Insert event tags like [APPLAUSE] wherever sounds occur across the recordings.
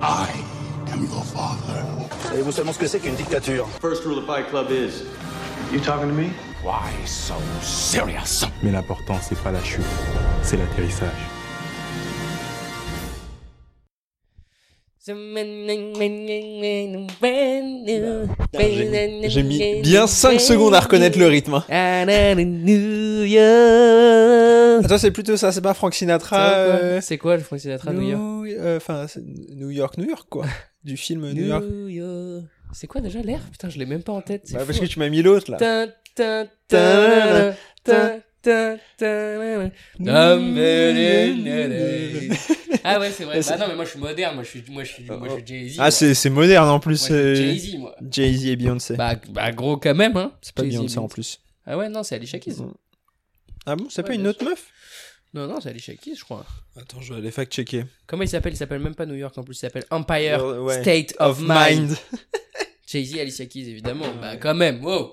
I am your father. Savez-vous seulement ce que c'est qu'une dictature First rule of Fight Club is You talking to me Why so serious? Mais l'important, c'est pas la chute, c'est l'atterrissage. J'ai j'ai mis bien 5 secondes à reconnaître le rythme. hein. Ah, Toi, c'est plutôt ça, c'est pas Frank Sinatra. euh, C'est quoi le Frank Sinatra New York New- euh, Enfin, c'est New York, New York, [LAUGHS] quoi. Du film New York. New York. C'est quoi déjà l'air Putain, je l'ai même pas en tête. c'est Bah, fou. parce que tu m'as mis l'autre, là. Tin, tin, tin, tin, tin, tin, tin. Ah ouais, c'est vrai. Bah non, mais moi je suis moderne, moi je suis, moi, je suis, moi, je suis Jay-Z. moi. Ah, c'est c'est moderne, en plus. Moi, je euh, suis Jay-Z, moi. Jay-Z et Beyoncé. Bah, bah gros quand même, hein. c'est pas Jay-Z, Beyoncé, en Mm. plus. Ah ouais, non, c'est Alicia Keys. Ah bon, c'est Ouais, pas une bien autre meuf Non, non, c'est Alicia Keys, je crois. Attends, je vais aller fact-checker. Comment il s'appelle Il s'appelle même pas New York en plus, il s'appelle Empire Euh, ouais. State of, Mind. Mind. Jay-Z, Alicia Keys, évidemment. Bah quand même, wow.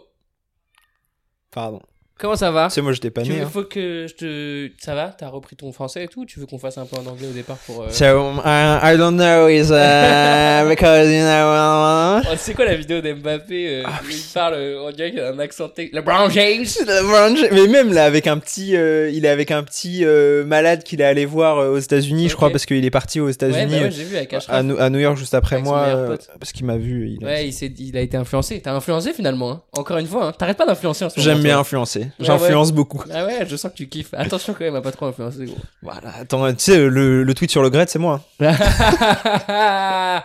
Pardon. Comment ça va C'est moi, j'étais pas Tu né. veux, hein. faut que je te. Ça va T'as repris ton français et tout Tu veux qu'on fasse un peu en anglais au départ pour. euh, So, um, I don't know is [LAUGHS] uh, because you know. Oh, c'est quoi la vidéo d'Mbappé euh, Ah, où Il parle, euh, on dirait qu'il a un accent. tec- LeBron James LeBron James. Mais même là, avec un petit, euh, il est avec un petit euh, malade qu'il est allé voir euh, aux États-Unis, je Ok. crois, parce qu'il est parti aux Ouais, États-Unis, bah ouais, euh, j'ai vu avec à, Ashraf. Nou- à New York juste après Avec son moi, meilleur euh, pote. parce qu'il m'a vu. il a- Ouais, il, s'est- il a été influencé. T'as influencé finalement, hein. encore une fois. hein. T'arrêtes pas d'influencer en ce moment, J'aime bien toi. influencer. J'influence beaucoup. Ah ouais, je sens que tu kiffes. Attention quand même à pas trop influencer, gros. Voilà. Attends, tu sais, le, le tweet sur le Gret, c'est moi. hein.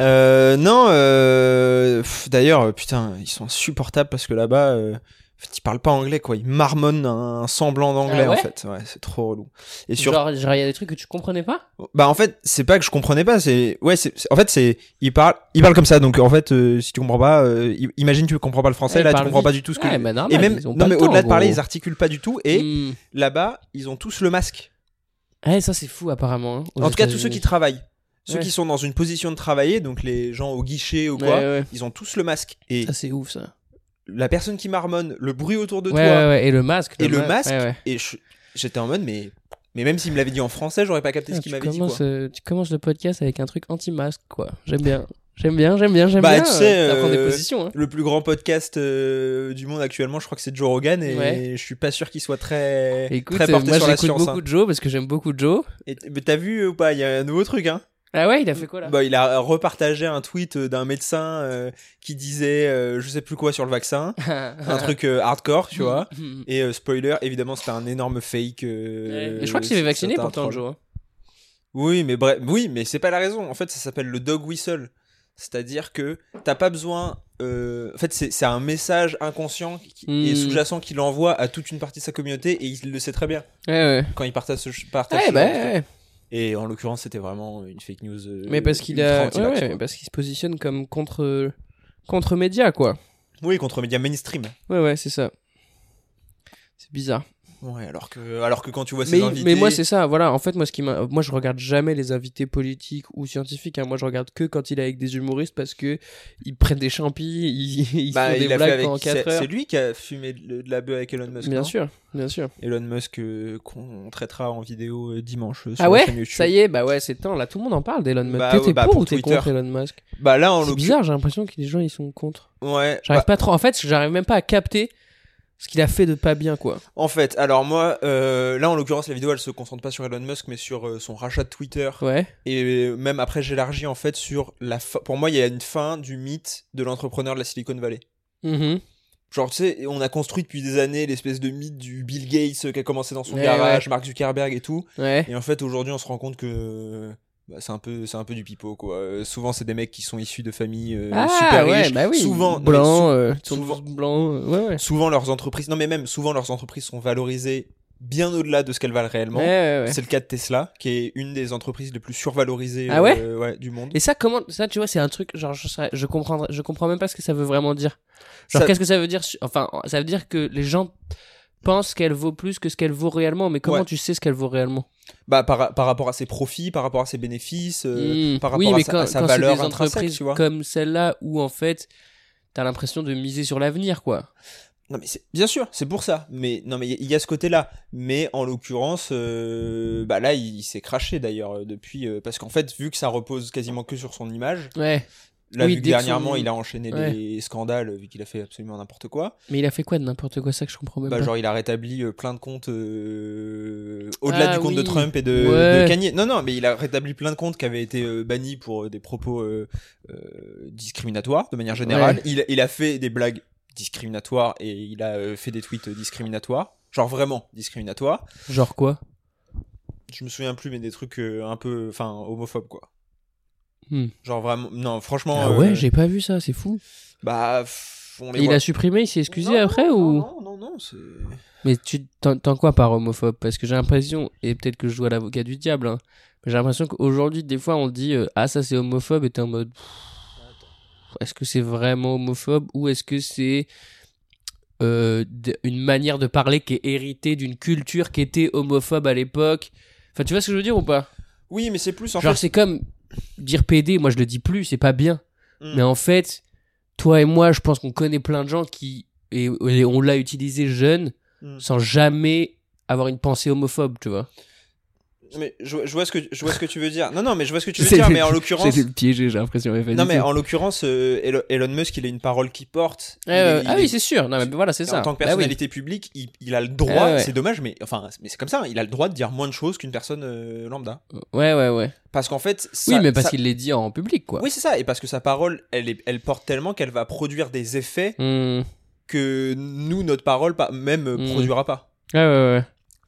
Euh, non. Euh, pff, D'ailleurs, euh, putain, ils sont insupportables parce que là-bas. Euh, en fait, ils parlent pas anglais quoi, ils marmonnent un semblant d'anglais Ah ouais en fait. Ouais, c'est trop relou. [LAUGHS] Et sur Genre, genre, il y a des trucs que tu comprenais pas Bah en fait, c'est pas que je comprenais pas, c'est ouais, c'est c'est- en fait c'est il parle il parle comme ça donc en fait euh, si tu comprends pas euh, i- imagine tu comprends pas le français Ouais, là ils tu parlent comprends pas du vite. tout ce que Ouais, bah, normal, et même ils ont non pas mais le temps, au-delà de parler, gros. ils articulent pas du tout et Hmm. là-bas, ils ont tous le masque. Ouais, ça c'est fou apparemment. hein, aux en tout cas, tous ceux États-Unis. qui travaillent, ceux Ouais. qui sont dans une position de travailler donc les gens au guichet ou Ouais, quoi, ouais. ils ont tous le masque et Ça c'est ouf ça. la personne qui marmonne, le bruit autour de Ouais, toi ouais, ouais, et le masque. et le ma- masque ouais, ouais. et je- j'étais en mode mais mais même s'il me l'avait dit en français, j'aurais pas capté ce Ah, qu'il tu m'avait dit quoi. commences, euh, tu commences le podcast avec un truc anti-masque, quoi. J'aime bien. J'aime bien, j'aime bien, j'aime Bah, bien. tu sais, euh, ça prend des euh, positions, hein. le plus grand podcast euh, du monde actuellement, je crois que c'est Joe Rogan et Ouais. je suis pas sûr qu'il soit très, Écoute, très euh, porté moi sur la j'écoute science. beaucoup hein. de Joe parce que j'aime beaucoup Joe. Et t- mais t'as vu ou pas Il y a un nouveau truc. Hein. Ah ouais, il a fait quoi là [LAUGHS] Bah, il a repartagé un tweet euh, d'un médecin euh, qui disait euh, je sais plus quoi sur le [LAUGHS] vaccin, un truc euh, hardcore, Mm. tu vois. Mais Et euh, spoiler, évidemment, c'était un énorme fake. euh, je crois qu'il s'est fait vacciner c'était un pourtant, troll. Joe. hein. Oui, mais bref, oui, mais c'est pas la raison. En fait, ça s'appelle le dog whistle. C'est-à-dire que t'as pas besoin. euh, En fait, c'est c'est un message inconscient qui- et Hmm. sous-jacent qu'il envoie à toute une partie de sa communauté et il le sait très bien Ouais, ouais. quand il partage ce partage. Ouais, ce bah, genre de truc. ouais. Et en l'occurrence, c'était vraiment une fake news. euh, Mais parce qu'il ultra a. Ouais, anti-vax, ouais, quoi. mais parce qu'il se positionne comme contre. euh, Contre média, quoi. Oui, contre média mainstream. Ouais, ouais, c'est ça. C'est bizarre. Ouais, alors que, alors que quand tu vois ces Mais, invités. mais moi c'est ça, voilà, en fait moi ce qui m'a- moi je regarde jamais les invités politiques ou scientifiques, hein. moi je regarde que quand il est avec des humoristes parce que ils prennent des champis, [LAUGHS] ils, ils Bah, font des il a fait blagues avec- pendant 4 c'est- heures. C'est lui qui a fumé de, de la bœuf avec Elon Musk. Bien non sûr, bien sûr. Elon Musk euh, qu'on traitera en vidéo euh, dimanche euh, sur Ah la ouais chaîne YouTube. Ça y est, bah ouais, c'est temps là, tout le monde en parle d'Elon Musk. Bah T'es- ouais, T'es bah, pour pour ou t'es Twitter. contre Elon Musk Bah là, en C'est l'occurrence- bizarre, j'ai l'impression que les gens ils sont contre. Ouais. J'arrive bah, pas trop, en fait, j'arrive même pas à capter ce qu'il a fait de pas bien quoi. En fait, alors moi, euh, là en l'occurrence, la vidéo elle se concentre pas sur Elon Musk, mais sur euh, son rachat de Twitter. Ouais. Et euh, même après, j'élargis en fait sur la. fa- Pour moi, il y a une fin du mythe de l'entrepreneur de la Silicon Valley. Mhm. Genre, tu sais, on a construit depuis des années l'espèce de mythe du Bill Gates euh, qui a commencé dans son Ouais, garage, Mark Zuckerberg et tout. Ouais. Et en fait, aujourd'hui, on se rend compte que. bah, c'est un peu c'est un peu du pipeau quoi Euh, souvent c'est des mecs qui sont issus de familles euh, Ah super ouais, riches bah oui. souvent non, mais blanc, euh, ils sont souvent- tous blancs, euh, ouais ouais. souvent leurs entreprises non mais même souvent leurs entreprises sont valorisées bien au-delà de ce qu'elles valent réellement Ouais, ouais, ouais. c'est le cas de Tesla qui est une des entreprises les plus survalorisées Ah ouais euh, du monde Et ça, comment ça, tu vois, c'est un truc genre je, serais- je comprendrais, je comprends même pas ce que ça veut vraiment dire. Genre Ça- qu'est-ce que ça veut dire su- Enfin, ça veut dire que les gens pensent qu'elle vaut plus que ce qu'elle vaut réellement, mais comment Ouais. tu sais ce qu'elle vaut réellement bah par, par rapport à ses profits par rapport à ses bénéfices euh, Hmm. par Oui, rapport mais à sa, quand, à sa quand c'est valeur des intrinsèque entreprises tu vois comme celle-là où en fait t'as l'impression de miser sur l'avenir, quoi. Non mais c'est- bien sûr, c'est pour ça. Mais non mais il y, y a ce côté-là. Mais en l'occurrence, euh, bah là il, il s'est craché d'ailleurs euh, depuis euh, parce qu'en fait vu que ça repose quasiment que sur son image, Ouais. là Oui, vu que dès que dernièrement son- il a enchaîné Ouais. les scandales vu qu'il a fait absolument n'importe quoi. Mais il a fait quoi de n'importe quoi, ça que je comprends même Bah pas. genre il a rétabli euh, plein de comptes euh, au-delà Ah du compte de oui. Trump et de, Ouais. de Kanye. Non non mais il a rétabli plein de comptes qui avaient été euh, bannis pour euh, des propos euh, euh, discriminatoires de manière générale. Ouais. Il, il a fait des blagues discriminatoires et il a euh, fait des tweets euh, discriminatoires. Genre vraiment discriminatoires. Genre quoi Je me souviens plus mais des trucs euh, un peu enfin homophobes quoi. Hmm. Genre vraiment non franchement Ah ouais, euh, j'ai pas vu ça, c'est fou. bah pff, on les Et il voit. a supprimé, il s'est excusé Non, après non, ou non non non c'est Mais tu t'entends quoi par homophobe Parce que j'ai l'impression, et peut-être que je joue à l'avocat du diable, hein, mais j'ai l'impression qu'aujourd'hui, des fois, on dit euh, Ah, ça c'est homophobe, et t'es en mode Pff, Est-ce que c'est vraiment homophobe ou est-ce que c'est euh, d- une manière de parler qui est héritée d'une culture qui était homophobe à l'époque Enfin, tu vois ce que je veux dire ou pas Oui, mais c'est plus en Genre, fait. c'est comme dire PD, moi je le dis plus, c'est pas bien. Mm. Mais en fait, toi et moi, je pense qu'on connaît plein de gens qui. Et, et on l'a utilisé jeune, Mm. sans jamais avoir une pensée homophobe, tu vois. Mais je, je vois ce que je vois ce que tu veux dire. Non, non, mais je vois ce que tu veux dire. Mais en l'occurrence, J'ai le piégé, j'ai l'impression. mais pas non, du mais tout. en l'occurrence, euh, Elon, Elon Musk, il a une parole qui porte. Eh, Il est- euh, il ah est- oui, c'est sûr. Non, mais voilà, c'est ça. En tant que Bah oui. personnalité publique, il, il a le droit. Ah ouais, ouais. C'est dommage, mais enfin, mais c'est comme ça. hein, Il a le droit de dire moins de choses qu'une personne euh, lambda. Ouais, ouais, ouais. Parce qu'en fait, Oui, ça- mais parce ça- qu'il les dit en public, quoi. oui, c'est ça. Et parce que sa parole, elle est, elle porte tellement qu'elle va produire des effets Mm. que nous, notre parole, pas, même euh, Mm. produira pas. Ouais, ouais, ouais.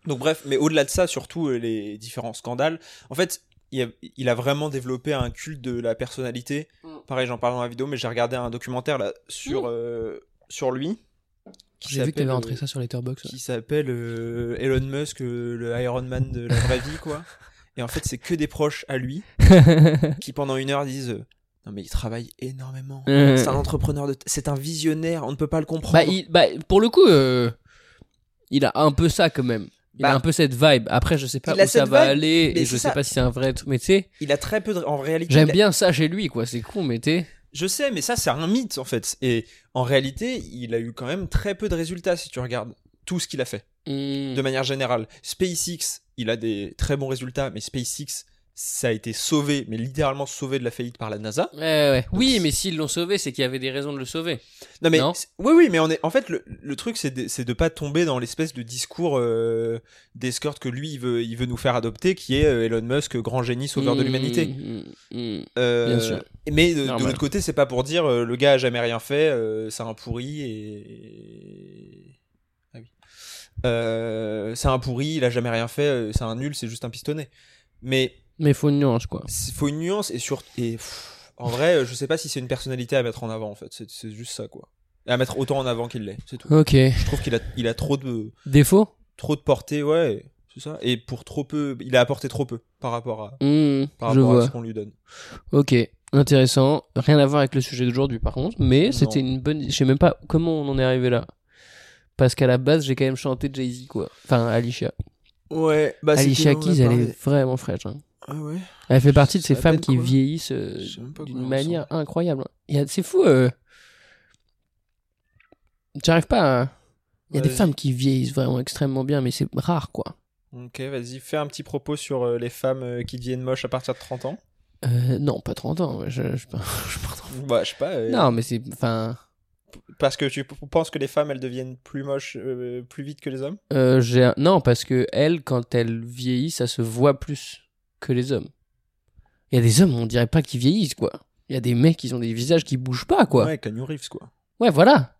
Donc bref, mais au-delà de ça, surtout euh, les différents scandales, en fait, il a, il a vraiment développé un culte de la personnalité. Mm. Pareil, j'en parle dans la vidéo, mais j'ai regardé un documentaire là sur euh, sur lui. qui J'ai vu s'appelle, que t'avais euh, rentré ça sur Letterboxd. Qui s'appelle euh, Elon Musk, euh, le Iron Man de la vraie vie, [LAUGHS] quoi. Et en fait, c'est que des proches à lui ouais. qui pendant une heure disent euh, non mais il travaille énormément. Euh. C'est un entrepreneur de, t- c'est un visionnaire. On ne peut pas le comprendre. [LAUGHS] Bah, il- bah, pour le coup, euh, il a un peu ça quand même. Il a Bah, un peu cette vibe. Après, je sais pas il a où ça cette va vibe, aller mais et je c'est sais ça. pas si c'est un vrai truc. Mais tu sais, Il a très peu de, en réalité. j'aime il a- bien ça chez lui, quoi. C'est con, mais tu sais. Je sais, mais ça, c'est un mythe, en fait. Et en réalité, il a eu quand même très peu de résultats, si tu regardes tout ce qu'il a fait, Mm. de manière générale. SpaceX, il a des très bons résultats, mais SpaceX, ça a été sauvé, mais littéralement sauvé de la faillite par la NASA. Ouais, ouais, ouais. Oui, mais s'ils l'ont sauvé, c'est qu'il y avait des raisons de le sauver. Non, mais... Non. Oui, oui, mais on est... en fait, le, le truc, c'est de, c'est de pas tomber dans l'espèce de discours euh, d'escorte que lui, il veut, il veut nous faire adopter, qui est euh, Elon Musk, grand génie, sauveur de Mm, l'humanité. mm, mm. Euh, Bien sûr. Mais de, de Normal. l'autre côté, c'est pas pour dire euh, le gars a jamais rien fait, euh, c'est un pourri et. Ah oui. Euh, c'est un pourri, il a jamais rien fait, euh, c'est un nul, c'est juste un pistonné. Mais Mais faut une nuance, quoi. il faut une nuance et sur. Et, pff, en vrai, euh, je sais pas si c'est une personnalité à mettre en avant en fait, c'est c'est juste ça quoi. Et à mettre autant en avant qu'il l'est, c'est tout. Ok. Je trouve qu'il a, il a trop de, Défaut trop de portée, ouais, c'est ça. Et pour trop peu, il a apporté trop peu par rapport à, Mm, par Je rapport à vois. ce qu'on lui donne. Ok. Intéressant. Rien à voir avec le sujet d'aujourd'hui, par contre. Mais Non. c'était une bonne. Je sais même pas comment on en est arrivé là. Parce qu'à la base, j'ai quand même chanté Jay-Z, quoi. Enfin, Alicia. Ouais, bah Alicia Keys, elle est vraiment fraîche. hein. Ah ouais. Elle fait partie de ces Ça femmes s'appelle qui quoi vieillissent euh, Je sais même pas d'une comment manière incroyable. hein. Il y a- C'est fou. Euh... J'arrive pas à... Il y a des Vas-y. femmes qui vieillissent vraiment extrêmement bien, mais c'est rare, quoi. Ok, vas-y, fais un petit propos sur euh, les femmes euh, qui deviennent moches à partir de 30 ans. Euh, non, pas 30 ans. ouais, Je, je, je parle trop. Bah, je sais pas. euh, Non, mais c'est... Enfin... Parce que tu p- penses que les femmes, elles deviennent plus moches euh, plus vite que les hommes Euh, j'ai un- non, parce que elle, quand elle vieillit, ça se voit plus que les hommes. Il y a des hommes, on dirait pas qu'ils vieillissent, quoi. Il y a des mecs, ils ont des visages qui bougent pas, quoi. Ouais, Canyon Reeves, quoi. Ouais, voilà.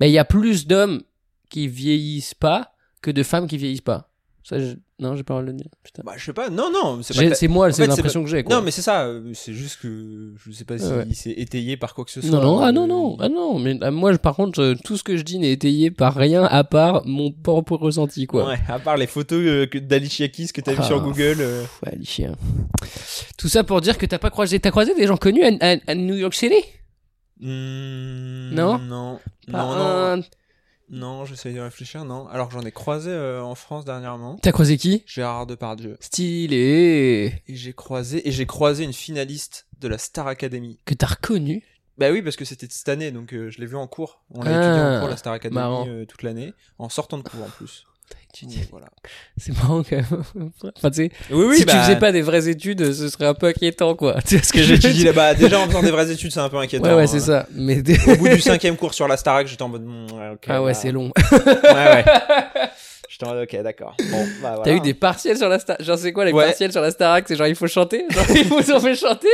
Mais il y a plus d'hommes qui vieillissent pas que de femmes qui vieillissent pas. Ça, je- non, j'ai pas le droit de le dire. Putain. Bah, je sais pas. Non, non, c'est pas J'ai- que- C'est moi, en fait, c'est c'est l'impression que j'ai. quoi. Non, mais c'est ça. euh, C'est juste que je sais pas si Ouais. c'est étayé par quoi que ce soit. non, non, ah euh, non, non, ah non, mais ah, moi, je- par contre, euh, tout ce que je dis n'est étayé par rien à part mon propre ressenti, quoi. Ouais, à part les photos euh, que- d'Alicia Keys que t'as vu Ah. sur Google. euh. Pff, ouais, les chiens. Tout ça pour dire que t'as pas croisé, t'as croisé des gens connus à, à- à New York City Hmm, Non Non. Pas non, non. un- Non, j'essaye de réfléchir, non. Alors que j'en ai croisé euh, en France dernièrement. T'as croisé qui Gérard Depardieu. Stylé Et j'ai croisé et j'ai croisé une finaliste de la Star Academy. que t'as reconnu. Bah oui, parce que c'était cette année, donc euh, je l'ai vu en cours. On l'a Ah, étudié en cours, la Star marrant. Academy, euh, toute l'année, en sortant de cours en plus. Donc, voilà. C'est marrant quand même. [LAUGHS] Enfin, tu sais, [LAUGHS] Oui, oui, si bah, tu faisais pas des vraies études, ce serait un peu inquiétant, quoi. [LAUGHS] Tu sais [LAUGHS] ce que que je veux j'étudie dire là-bas. Déjà, en faisant des vraies études, c'est un peu inquiétant. Ouais, ouais, hein. c'est ça. Mais Au bout [LAUGHS] du cinquième cours sur la Starac, j'étais en mode. mm, ouais, ok, ah ouais, bah, c'est long. Ouais, [LAUGHS] ouais. J'étais en mode, ok, d'accord. Bon, bah voilà. T'as eu des partiels sur la Star. Genre, c'est quoi les Ouais. partiels sur la Starac C'est genre, il faut chanter Genre, ils vous ont [LAUGHS] fait chanter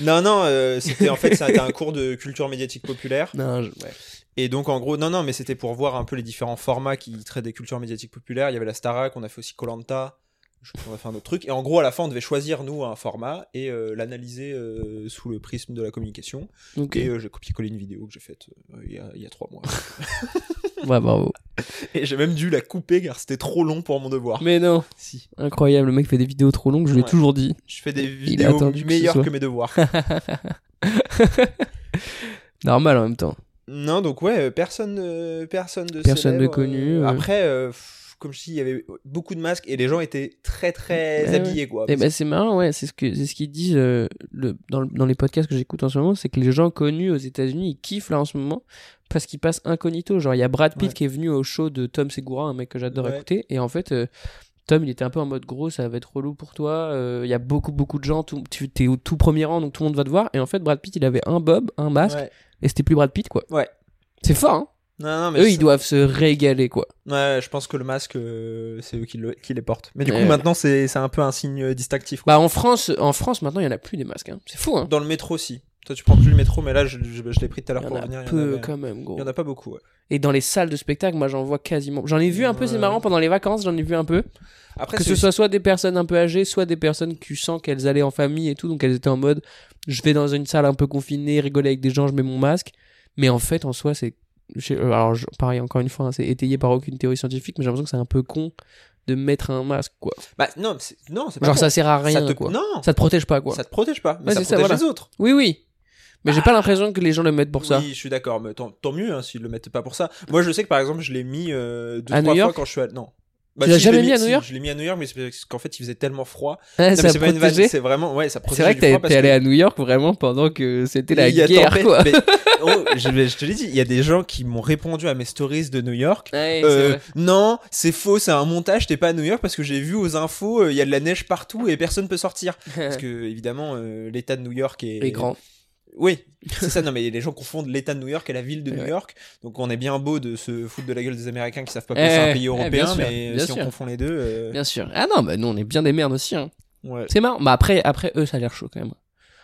Non, non, euh, c'était en fait, c'était un cours de culture médiatique populaire. Non, je- ouais. Et donc, en gros, non, non, mais c'était pour voir un peu les différents formats qui traitent des cultures médiatiques populaires. Il y avait la Starac, on a fait aussi Colanta. On a fait un autre truc. Et en gros, à la fin, on devait choisir, nous, un format et euh, l'analyser euh, sous le prisme de la communication. Ok. Et euh, j'ai copié-collé une vidéo que j'ai faite euh, il y, a, il y a trois mois. Ouais, bravo. [LAUGHS] et j'ai même dû la couper car c'était trop long pour mon devoir. Mais non, Si. incroyable. Le mec fait des vidéos trop longues, je l'ai Ouais. toujours dit. Je fais des Il a vidéos attendu que ce meilleures soit. que mes [LAUGHS] devoirs. Normal en même temps. Non, donc ouais, euh, personne, euh, personne de Personne de célèbre, connu, euh, euh. Après, euh, pff, comme je dis, il y avait beaucoup de masques et les gens étaient très très Ouais, ouais. habillés quoi. Et ben c'est marrant, ouais, c'est ce que c'est ce qu'ils disent euh, le, dans, le- dans les podcasts que j'écoute en ce moment, c'est que les gens connus aux États-Unis ils kiffent là en ce moment parce qu'ils passent incognito. Genre il y a Brad Pitt Ouais. qui est venu au show de Tom Segura, un mec que j'adore Ouais. écouter, et en fait euh, Tom il était un peu en mode gros, ça va être relou pour toi. euh, Il y a beaucoup beaucoup de gens, tout- tu t'es au tout premier rang donc tout le monde va te voir. Et en fait Brad Pitt il avait un bob, un masque Ouais. et c'était plus Brad Pitt quoi. Ouais. C'est fort. Hein Non, non, mais Eux je, ils doivent se régaler quoi. ouais, je pense que le masque, euh, c'est eux qui, le- qui les portent. Mais du coup, Ouais. maintenant, c'est c'est un peu un signe euh, distinctif. quoi. Bah en France en France maintenant il y en a plus des masques. Hein. C'est fou. Hein. Dans le métro aussi. Toi, tu prends plus le métro, mais là, je, je- je l'ai pris tout à Il l'heure y pour en a venir. il y en peu avait- quand même gros. Il y en a pas beaucoup. ouais. Et dans les salles de spectacle, moi j'en vois quasiment. J'en ai vu un peu, c'est Ouais. marrant, pendant les vacances, j'en ai vu un peu. Après, que c'est ce soit soit des personnes un peu âgées, soit des personnes qui sens qu'elles allaient en famille et tout, donc elles étaient en mode je vais dans une salle un peu confinée, rigoler avec des gens, je mets mon masque. Mais en fait, en soi, c'est. je sais- euh, Alors, je- pareil, encore une fois, hein, c'est étayé par aucune théorie scientifique, mais j'ai l'impression que c'est un peu con de mettre un masque, quoi. Bah, non, c'est non, c'est pas Genre, bon. ça sert à rien, te... quoi. Non, Ça te protège pas, quoi. ça te protège pas. Mais Ouais, ça c'est protège ça, voilà. les autres. Oui, oui. Mais j'ai pas l'impression que les gens le mettent pour ça. Oui, je suis d'accord, mais tant, tant mieux hein, s'ils le mettaient pas pour ça. Moi, je sais que par exemple, je l'ai mis euh, deux À trois New fois York quand je suis à non. Bah, l'as si, je l'ai jamais mis à New si, York Je l'ai mis à New York, mais c'est parce qu'en fait, il faisait tellement froid. Ouais, Non, [LAUGHS] ça mais c'est pas une vanne, protégeait. c'est vraiment ouais, ça C'est protégeait vrai du que t'es froid parce t'es allé à New York vraiment pendant que c'était la il y a guerre, tempête, quoi. mais- oh, je, vais- je te l'ai dit, il y a des gens qui m'ont répondu à mes stories de New York. Ouais, Euh, non, c'est faux, c'est un montage, t'es pas à New York parce que j'ai vu aux infos, euh, il y a de la neige partout et personne peut sortir. c'est vrai. Parce que évidemment, euh, l'État de New York est, [LAUGHS] Les grands. [LAUGHS] Oui, c'est ça. Non, mais les gens confondent l'État de New York et la ville de Ouais. New York. Donc on est bien beau de se foutre de la gueule des Américains qui savent pas que Eh, c'est un pays eh, européen, bien sûr, mais bien si sûr. on confond les deux, euh, Bien sûr. Ah non, bah nous on est bien des merdes aussi. hein. ouais. C'est marrant. Bah après, après eux ça a l'air chaud quand même.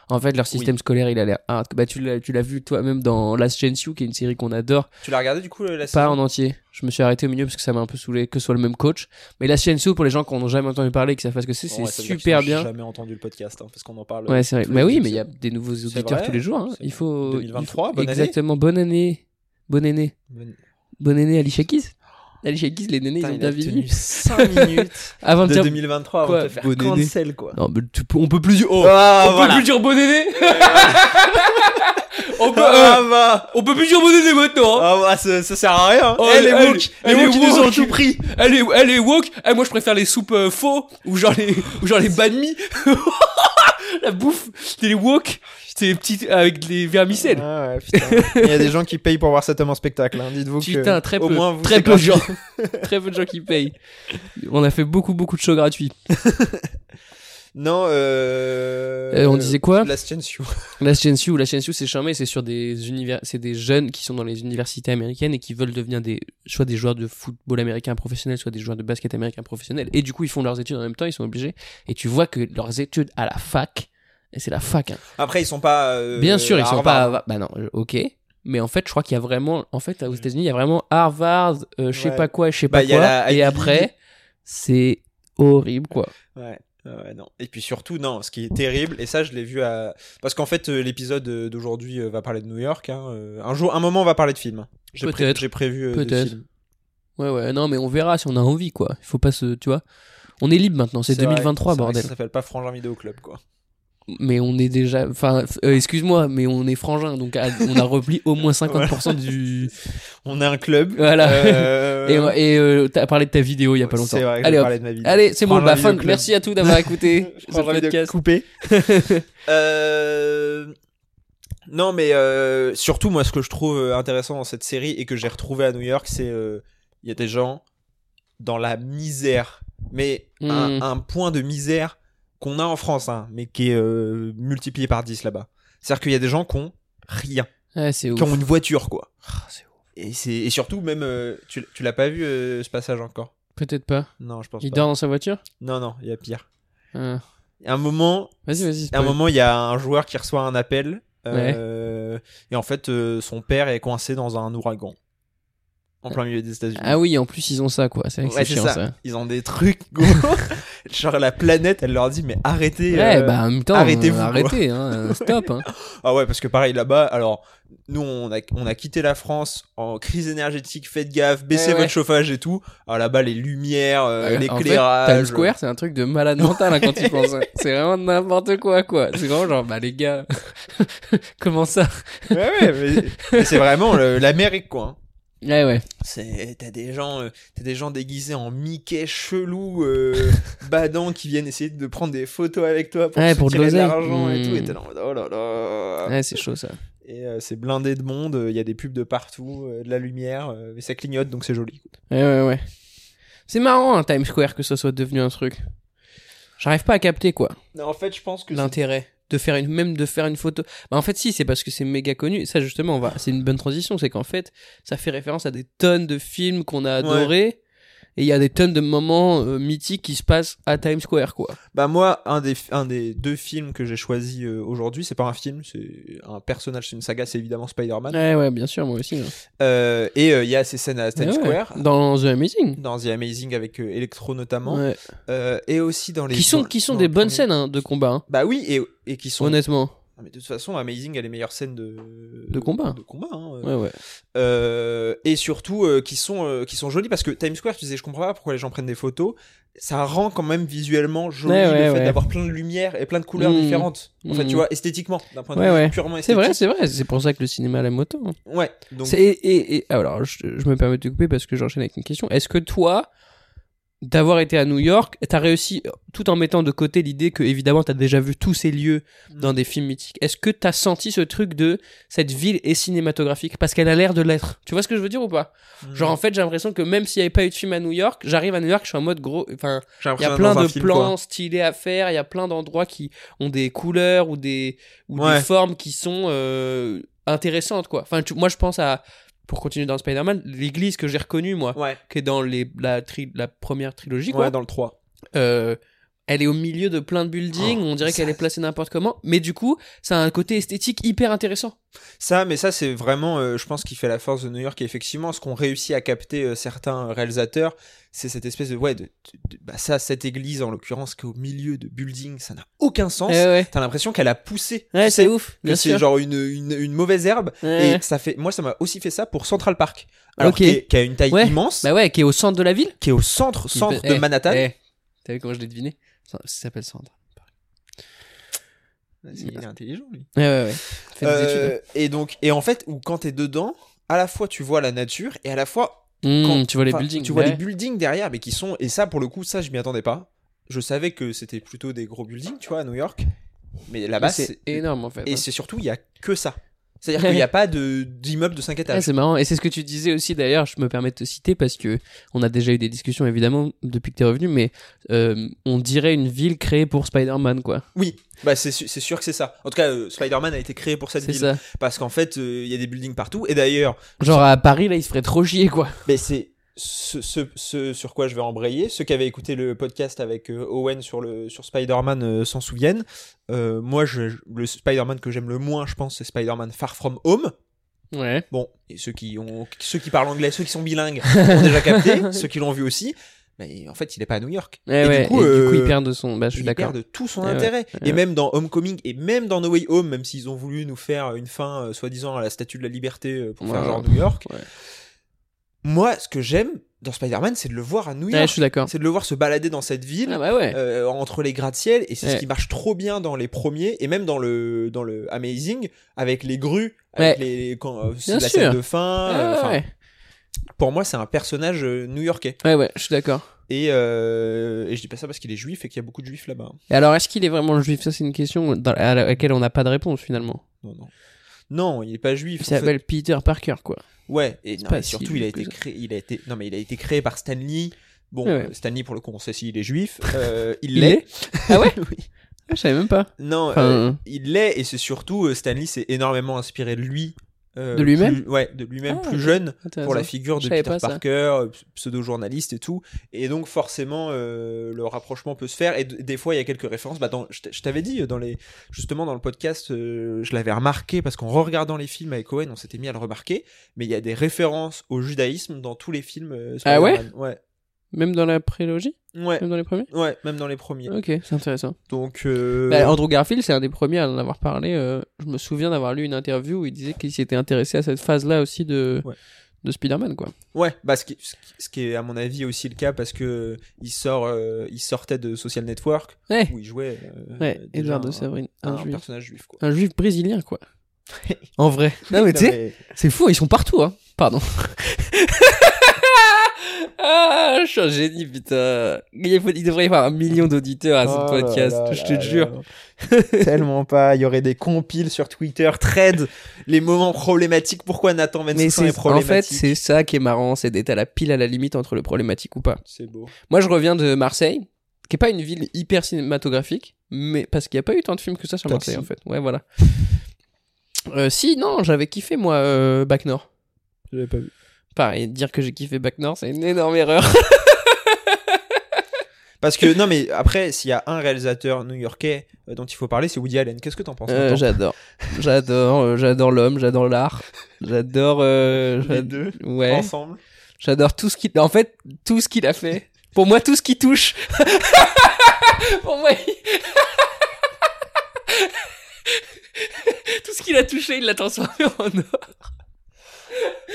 En fait, leur système scolaire il a l'air hard. Bah tu l'as, tu l'as vu toi-même dans Last Chance You, qui est une série qu'on adore. tu l'as regardé du coup euh, la Pas saison en entier. Je me suis arrêté au milieu parce que ça m'a un peu saoulé que ce soit le même coach. Mais Last Chance You, pour les gens qui n'ont jamais entendu parler et qui savent pas ce que c'est, c'est Ouais, ça veut dire qu'ils super n'ont bien. Jamais entendu le podcast hein, parce qu'on en parle. Ouais, c'est vrai. tous les Mais oui, épisodes. mais il y a des nouveaux auditeurs vrai, tous les jours. hein. c'est Il faut. 2023, il faut- bonne année. Exactement. Bonne année. Bonne année. Bonne- Bonne année, Alicia Keys. Alicia Keys, les nénés, Putain, ils ont il bien a vieilli. Ah, tenu [LAUGHS] 5 minutes Avant de de dire. 2023 avant Quoi, de te faire bonne année. cancel quoi. Non, mais tu peux- on peut plus dire. Oh, Ah, on voilà. peut plus dire bon [LAUGHS] aîné. on, peut, euh, Ah, bah. on peut plus dire bon aîné maintenant. hein. Ah, bah, ça, ça sert à rien. Oh, Eh, les elle- woke, les elle est woke, ils nous ont woke. tout pris. Elle est, elle est woke. Eh, moi, je préfère les soupes euh, faux ou genre les, [LAUGHS] ou genre les banh mi. La bouffe, c'était les wok, c'était les petites avec des vermicelles. Ah ouais, [LAUGHS] putain. Il y a des gens qui payent pour voir cet homme en spectacle. hein. Dites-vous que Putain, très au peu, moins vous très c'est peu de gens, très peu de gens [LAUGHS] qui payent. On a fait beaucoup, beaucoup de shows gratuits. Non, euh... Euh, on disait quoi Last Chance You. La Chance You, la Chance You, c'est charmé, c'est sur des univers, c'est des jeunes qui sont dans les universités américaines et qui veulent devenir des, soit des joueurs de football américain professionnels, soit des joueurs de basket américain professionnels. Et du coup, ils font leurs études en même temps, ils sont obligés. Et tu vois que leurs études à la fac, et c'est la fac, hein. Après, ils sont pas. euh, Bien sûr, ils à sont pas, Harvard. Mm. à- bah non, euh, ok. Mais en fait, je crois qu'il y a vraiment, en fait, aux États-Unis, il y a vraiment Harvard, euh, je sais Ouais. pas quoi, je sais Bah, pas il y a quoi. la Ivy et League. après, c'est horrible, quoi. Ouais. ouais, non. Et puis surtout, non, ce qui est terrible, et ça je l'ai vu à. Parce qu'en fait, euh, l'épisode euh, d'aujourd'hui euh, va parler de New York. hein, euh, Un jour, un moment, on va parler de films. J'ai pré- Peut-être. J'ai prévu. euh, des Peut-être. films. Ouais, ouais, non, mais on verra si on a envie, quoi. Il faut pas se, tu vois. On est libre maintenant, c'est vrai, 2023, c'est vrai que bordel. Ça s'appelle pas Frangin Vidéo Club, quoi. mais on est déjà enfin f- euh, excuse-moi mais on est frangin donc à- on a repli [LAUGHS] au moins 50% du On a un club. voilà euh, [LAUGHS] et ouais, et euh, t'as parlé de ta vidéo il y a pas longtemps C'est vrai que allez j'ai hop. parlé de ma vidéo. allez c'est bon Frangin bah Vidéo fin Club. merci [LAUGHS] à tous d'avoir écouté ce podcast coupé. euh... Non, mais euh, surtout, moi, ce que je trouve euh, intéressant dans cette série et que j'ai retrouvé à New York, c'est euh, il y a des gens dans la misère, mais un, Mm. un point de misère qu'on a en France, hein, mais qui est euh, multiplié par 10 là-bas. C'est-à-dire qu'il y a des gens qui ont rien, [LAUGHS] Ouais, c'est ouf. qui ont une voiture, quoi. Ah, c'est ouf. Et, c'est- et surtout, même, euh, tu, tu l'as pas vu euh, ce passage encore Peut-être pas. Non, je pense Il pas. dort dans sa voiture Non, non, il y a pire. Ah. À un moment, Vas-y, vas-y. à un spoil. moment, il y a un joueur qui reçoit un appel. euh, Et en fait, euh, son père est coincé dans un ouragan. En plein milieu des États-Unis. Ah oui, en plus, ils ont ça, quoi. C'est vrai que Ouais, c'est c'est chiant, ça. ça. Ils ont des trucs, gros. [LAUGHS] Genre, la planète, elle leur dit, mais arrêtez. Ouais, euh. bah en même temps, arrêtez-vous, euh, quoi. arrêtez, hein, euh, stop. [LAUGHS] Hein. Ah ouais, parce que pareil, là-bas, alors, nous, on a, on a quitté la France en crise énergétique, faites gaffe, baissez Ouais, ouais. votre chauffage et tout. Alors là-bas, les lumières, euh, En fait, l'éclairage. Times Square, c'est un truc de malade mental hein, quand tu penses. hein. [LAUGHS] C'est vraiment n'importe quoi, quoi. C'est vraiment genre, bah les gars, [LAUGHS] comment ça Ouais, ouais, mais- [LAUGHS] mais c'est vraiment le- l'Amérique, quoi. hein. Eh Ouais, ouais. C'est t'as des gens euh, t'as des gens déguisés en Mickey chelou euh, [LAUGHS] badants qui viennent essayer de prendre des photos avec toi pour Ouais, se pour de tirer de l'oseille. l'argent et tout Mm. et t'es là en mode, oh là là Ouais, Eh, c'est chaud ça. et euh, c'est blindé de monde il y a des pubs de partout euh, de la lumière euh, et ça clignote donc c'est joli Ouais, Eh ouais, ouais. C'est marrant, hein, Times Square, que ça soit devenu un truc. J'arrive pas à capter, quoi, Non, en fait je pense que l'intérêt de faire une même de faire une photo bah en fait si c'est parce que c'est méga connu ça justement on va c'est une bonne transition c'est qu'en fait ça fait référence à des tonnes de films qu'on a Ouais. adorés et il y a des tonnes de moments euh, mythiques qui se passent à Times Square quoi bah moi un des un des deux films que j'ai choisi euh, aujourd'hui c'est pas un film c'est un personnage c'est une saga c'est évidemment Spider-Man Ouais, Eh ouais, bien sûr, moi aussi. hein. Euh, et euh, il y a ces scènes à Times Ah Ouais, ouais. Square Dans The Amazing. dans The Amazing avec euh, Electro notamment Ouais. Euh, et aussi dans les Qui sont, dans- qui sont dans des le bonnes premier- scènes hein, de combat, hein, Bah oui, et, et qui sont. honnêtement. Non, mais de toute façon, Amazing a les meilleures scènes de. De combat. De combat. hein. Ouais, ouais. Euh, et surtout, euh, qui, sont, euh, qui sont jolies parce que Times Square, tu disais, je comprends pas pourquoi les gens prennent des photos. Ça rend quand même visuellement joli Ouais, ouais, le fait ouais. d'avoir plein de lumières et plein de couleurs Mmh. différentes. En fait, Mmh. tu vois, esthétiquement, d'un point de Ouais, vue ouais. purement C'est esthétique. vrai, c'est vrai. C'est pour ça que le cinéma l'aime autant. hein. Ouais. Donc, C'est- Et, et, et- alors, je, je me permets de te couper parce que j'enchaîne avec une question. Est-ce que toi, d'avoir été à New York, t'as réussi, tout en mettant de côté l'idée que, évidemment, t'as déjà vu tous ces lieux mmh. Mm. dans des films mythiques, est-ce que t'as senti ce truc de cette ville est cinématographique Parce qu'elle a l'air de l'être. Tu vois ce que je veux dire ou pas Mmh. Genre, en fait, j'ai l'impression que même s'il n'y avait pas eu de film à New York, j'arrive à New York, je suis en mode gros. Enfin, J'ai il y a l'impression plein d'être dans de un film, plans quoi. stylés à faire, il y a plein d'endroits qui ont des couleurs ou des, ou Ouais. des formes qui sont euh, intéressantes, quoi. Enfin, tu- moi, je pense à, pour continuer dans Spider-Man, l'église que j'ai reconnue, moi, Ouais. qui est dans les, la, tri- la première trilogie, quoi. Ouais, dans le 3. Euh, elle est au milieu de plein de buildings, Oh, on dirait ça- qu'elle est placée n'importe comment, mais du coup, ça a un côté esthétique hyper intéressant. Ça, mais ça, c'est vraiment, euh, je pense, qui fait la force de New York. Et effectivement, ce qu'ont réussi à capter euh, certains réalisateurs, c'est cette espèce de. Ouais, de, de- bah ça, cette église, en l'occurrence, qui est au milieu de buildings, ça n'a aucun sens. Eh ouais, T'as l'impression qu'elle a poussé. ouais Tu c'est sais ouf, Que bien c'est sûr. genre une, une, une mauvaise herbe. Ouais. Et ça fait. Moi, ça m'a aussi fait ça pour Central Park. Alors, Ok. qui, est- qui a une taille Ouais. immense, Bah ouais, qui est au centre de la ville. qui est au centre, centre Eh, de Manhattan. eh, T'as vu comment je l'ai deviné Ça ça s'appelle Centre. Vas-y, Il est intelligent, lui. Ouais, ouais, ouais. Fais des Euh, études. hein. et donc, et en fait, où quand t'es dedans, à la fois tu vois la nature et à la fois quand- Hmm, tu vois les enfin, buildings. Tu vois ouais. les buildings derrière, mais qui sont. Et ça, pour le coup, ça, je m'y attendais pas. Je savais que c'était plutôt des gros buildings, tu vois, à New York. Mais Mais là-bas, Ah bah, c'est énorme en fait. Et hein. c'est surtout, il y a que ça. [LAUGHS] C'est-à-dire qu'il n'y a pas de- d'immeuble de 5 Ouais, étages. Ah, c'est marrant. Et c'est ce que tu disais aussi d'ailleurs, je me permets de te citer parce que on a déjà eu des discussions évidemment depuis que t'es revenu, mais euh, on dirait une ville créée pour Spider-Man quoi. oui, bah, c'est su- c'est sûr que c'est ça. En tout cas, euh, Spider-Man a été créé pour cette C'est ville. ça. Parce qu'en fait, euh, il y a des buildings partout. Et d'ailleurs, Genre à Paris là, il se ferait trop chier quoi. mais c'est. Ce, ce- ce sur quoi je vais embrayer, ceux qui avaient écouté le podcast avec euh, Owen sur, le, sur Spider-Man euh, s'en souviennent. Euh, moi, je- le Spider-Man que j'aime le moins, je pense, c'est Spider-Man Far From Home. Ouais. Bon, et ceux qui, ont, ceux qui parlent anglais, ceux qui sont bilingues, ont déjà [LAUGHS] capté, ceux qui l'ont vu aussi. Mais en fait, il n'est pas à New York. Ouais, et Eh ouais. du coup, et du coup, euh, il perd de son. Bah, je suis il d'accord. perd de tout son Ouais, ouais, intérêt. ouais. Et même dans Homecoming et même dans No Way Home, même s'ils ont voulu nous faire une fin, euh, soi-disant, à la Statue de la Liberté euh, pour faire Ouais. genre New York. Ouais. Moi, ce que j'aime dans Spider-Man, c'est de le voir à New Ouais, je York. suis d'accord. c'est de le voir se balader dans cette ville. Ah bah ouais. euh, entre les gratte-ciel et c'est Ouais. ce qui marche trop bien dans les premiers et même dans le dans le Amazing avec les grues avec Ouais. les quand euh, c'est Bien la sûr. scène de fin euh, Ah enfin, ouais. pour moi c'est un personnage euh, new-yorkais Ouais, ouais, je suis d'accord. et, euh, et je dis pas ça parce qu'il est juif et qu'il y a beaucoup de juifs là-bas hein. Et alors, est-ce qu'il est vraiment juif Ça, c'est une question dans- à laquelle on n'a pas de réponse finalement. non non Non, il est pas juif. Il en fait. s'appelle Peter Parker, quoi. Ouais, et, non, pas et si surtout, vieux il a que été ça. créé, il a été, non mais il a été créé par Stanley. Bon, Ouais, ouais. euh, Stanley pour le coup, on sait s'il est juif. Euh, il [LAUGHS] Il l'est. Ah ouais Oui. Je savais même pas. Non, Enfin, euh, euh, il l'est et c'est surtout euh, Stanley s'est énormément inspiré de lui. euh, De lui-même plus- Ouais, de lui-même Ah, plus ok. jeune pour la intéressant. figure de Je savais Peter pas ça. Parker, euh, ps- pseudo-journaliste et tout. Et donc forcément, euh, le rapprochement peut se faire. Et d- des fois, il y a quelques références. Bah, dans, je t- je t'avais dit euh, dans les, justement dans le podcast, euh, je l'avais remarqué parce qu'en regardant les films avec Owen, on s'était mis à le remarquer. Mais il y a des références au judaïsme dans tous les films. euh, Ah ouais Spider-Man. ouais Même dans la prélogie Ouais. Même dans les premiers Ouais, même dans les premiers. Hmm. Ok, c'est intéressant. Donc, euh, Bah, Andrew Garfield, c'est un des premiers à en avoir parlé. euh, je me souviens d'avoir lu une interview où il disait qu'il s'était intéressé à cette phase-là aussi de, Ouais. de Spider-Man, quoi. ouais, bah, ce, qui, ce qui- ce qui est à mon avis aussi le cas parce que il, sort, euh, il sortait de Social Network Ouais, où il jouait euh, ouais, déjà Edward de un- Sabrine, un, un, juif. personnage juif. Quoi. Un juif [LAUGHS] brésilien, quoi. en vrai. Non, Non, mais tu [LAUGHS] sais, mais- c'est fou, ils sont partout, hein. Pardon. [LAUGHS] ah, je suis un génie, putain. Il, faut- il devrait y avoir un million d'auditeurs à Ah, ce Oh là podcast, là je là te là jure. là. Tellement pas. Il y aurait des compiles sur Twitter, trades, les moments problématiques. Pourquoi Nathan Mais Venson est c'est en problématique fait, c'est ça qui est marrant, c'est d'être à la pile à la limite entre le problématique ou pas. C'est beau. Moi, je reviens de Marseille, qui est pas une ville hyper cinématographique, mais parce qu'il n'y a pas eu tant de films que ça sur Taxi. Marseille, en fait. Ouais, voilà. Euh, si, non, j'avais kiffé, moi, euh, Bac Nord. Je l'avais pas vu. Pareil, dire que j'ai kiffé Bac Nord, c'est une énorme [LAUGHS] erreur. Parce que, non, mais après, s'il y a un réalisateur new-yorkais euh, dont il faut parler, c'est Woody Allen. Qu'est-ce que t'en penses Euh, Nathan j'adore. J'adore, euh, j'adore l'homme, j'adore l'art. J'adore. euh, Les j'ad- deux Ouais. ensemble J'adore tout ce qu'il. En fait, tout ce qu'il a fait. Pour moi, tout ce qui touche. [LAUGHS] Pour moi. il- [LAUGHS] tout ce qu'il a touché, il l'a transformé en or.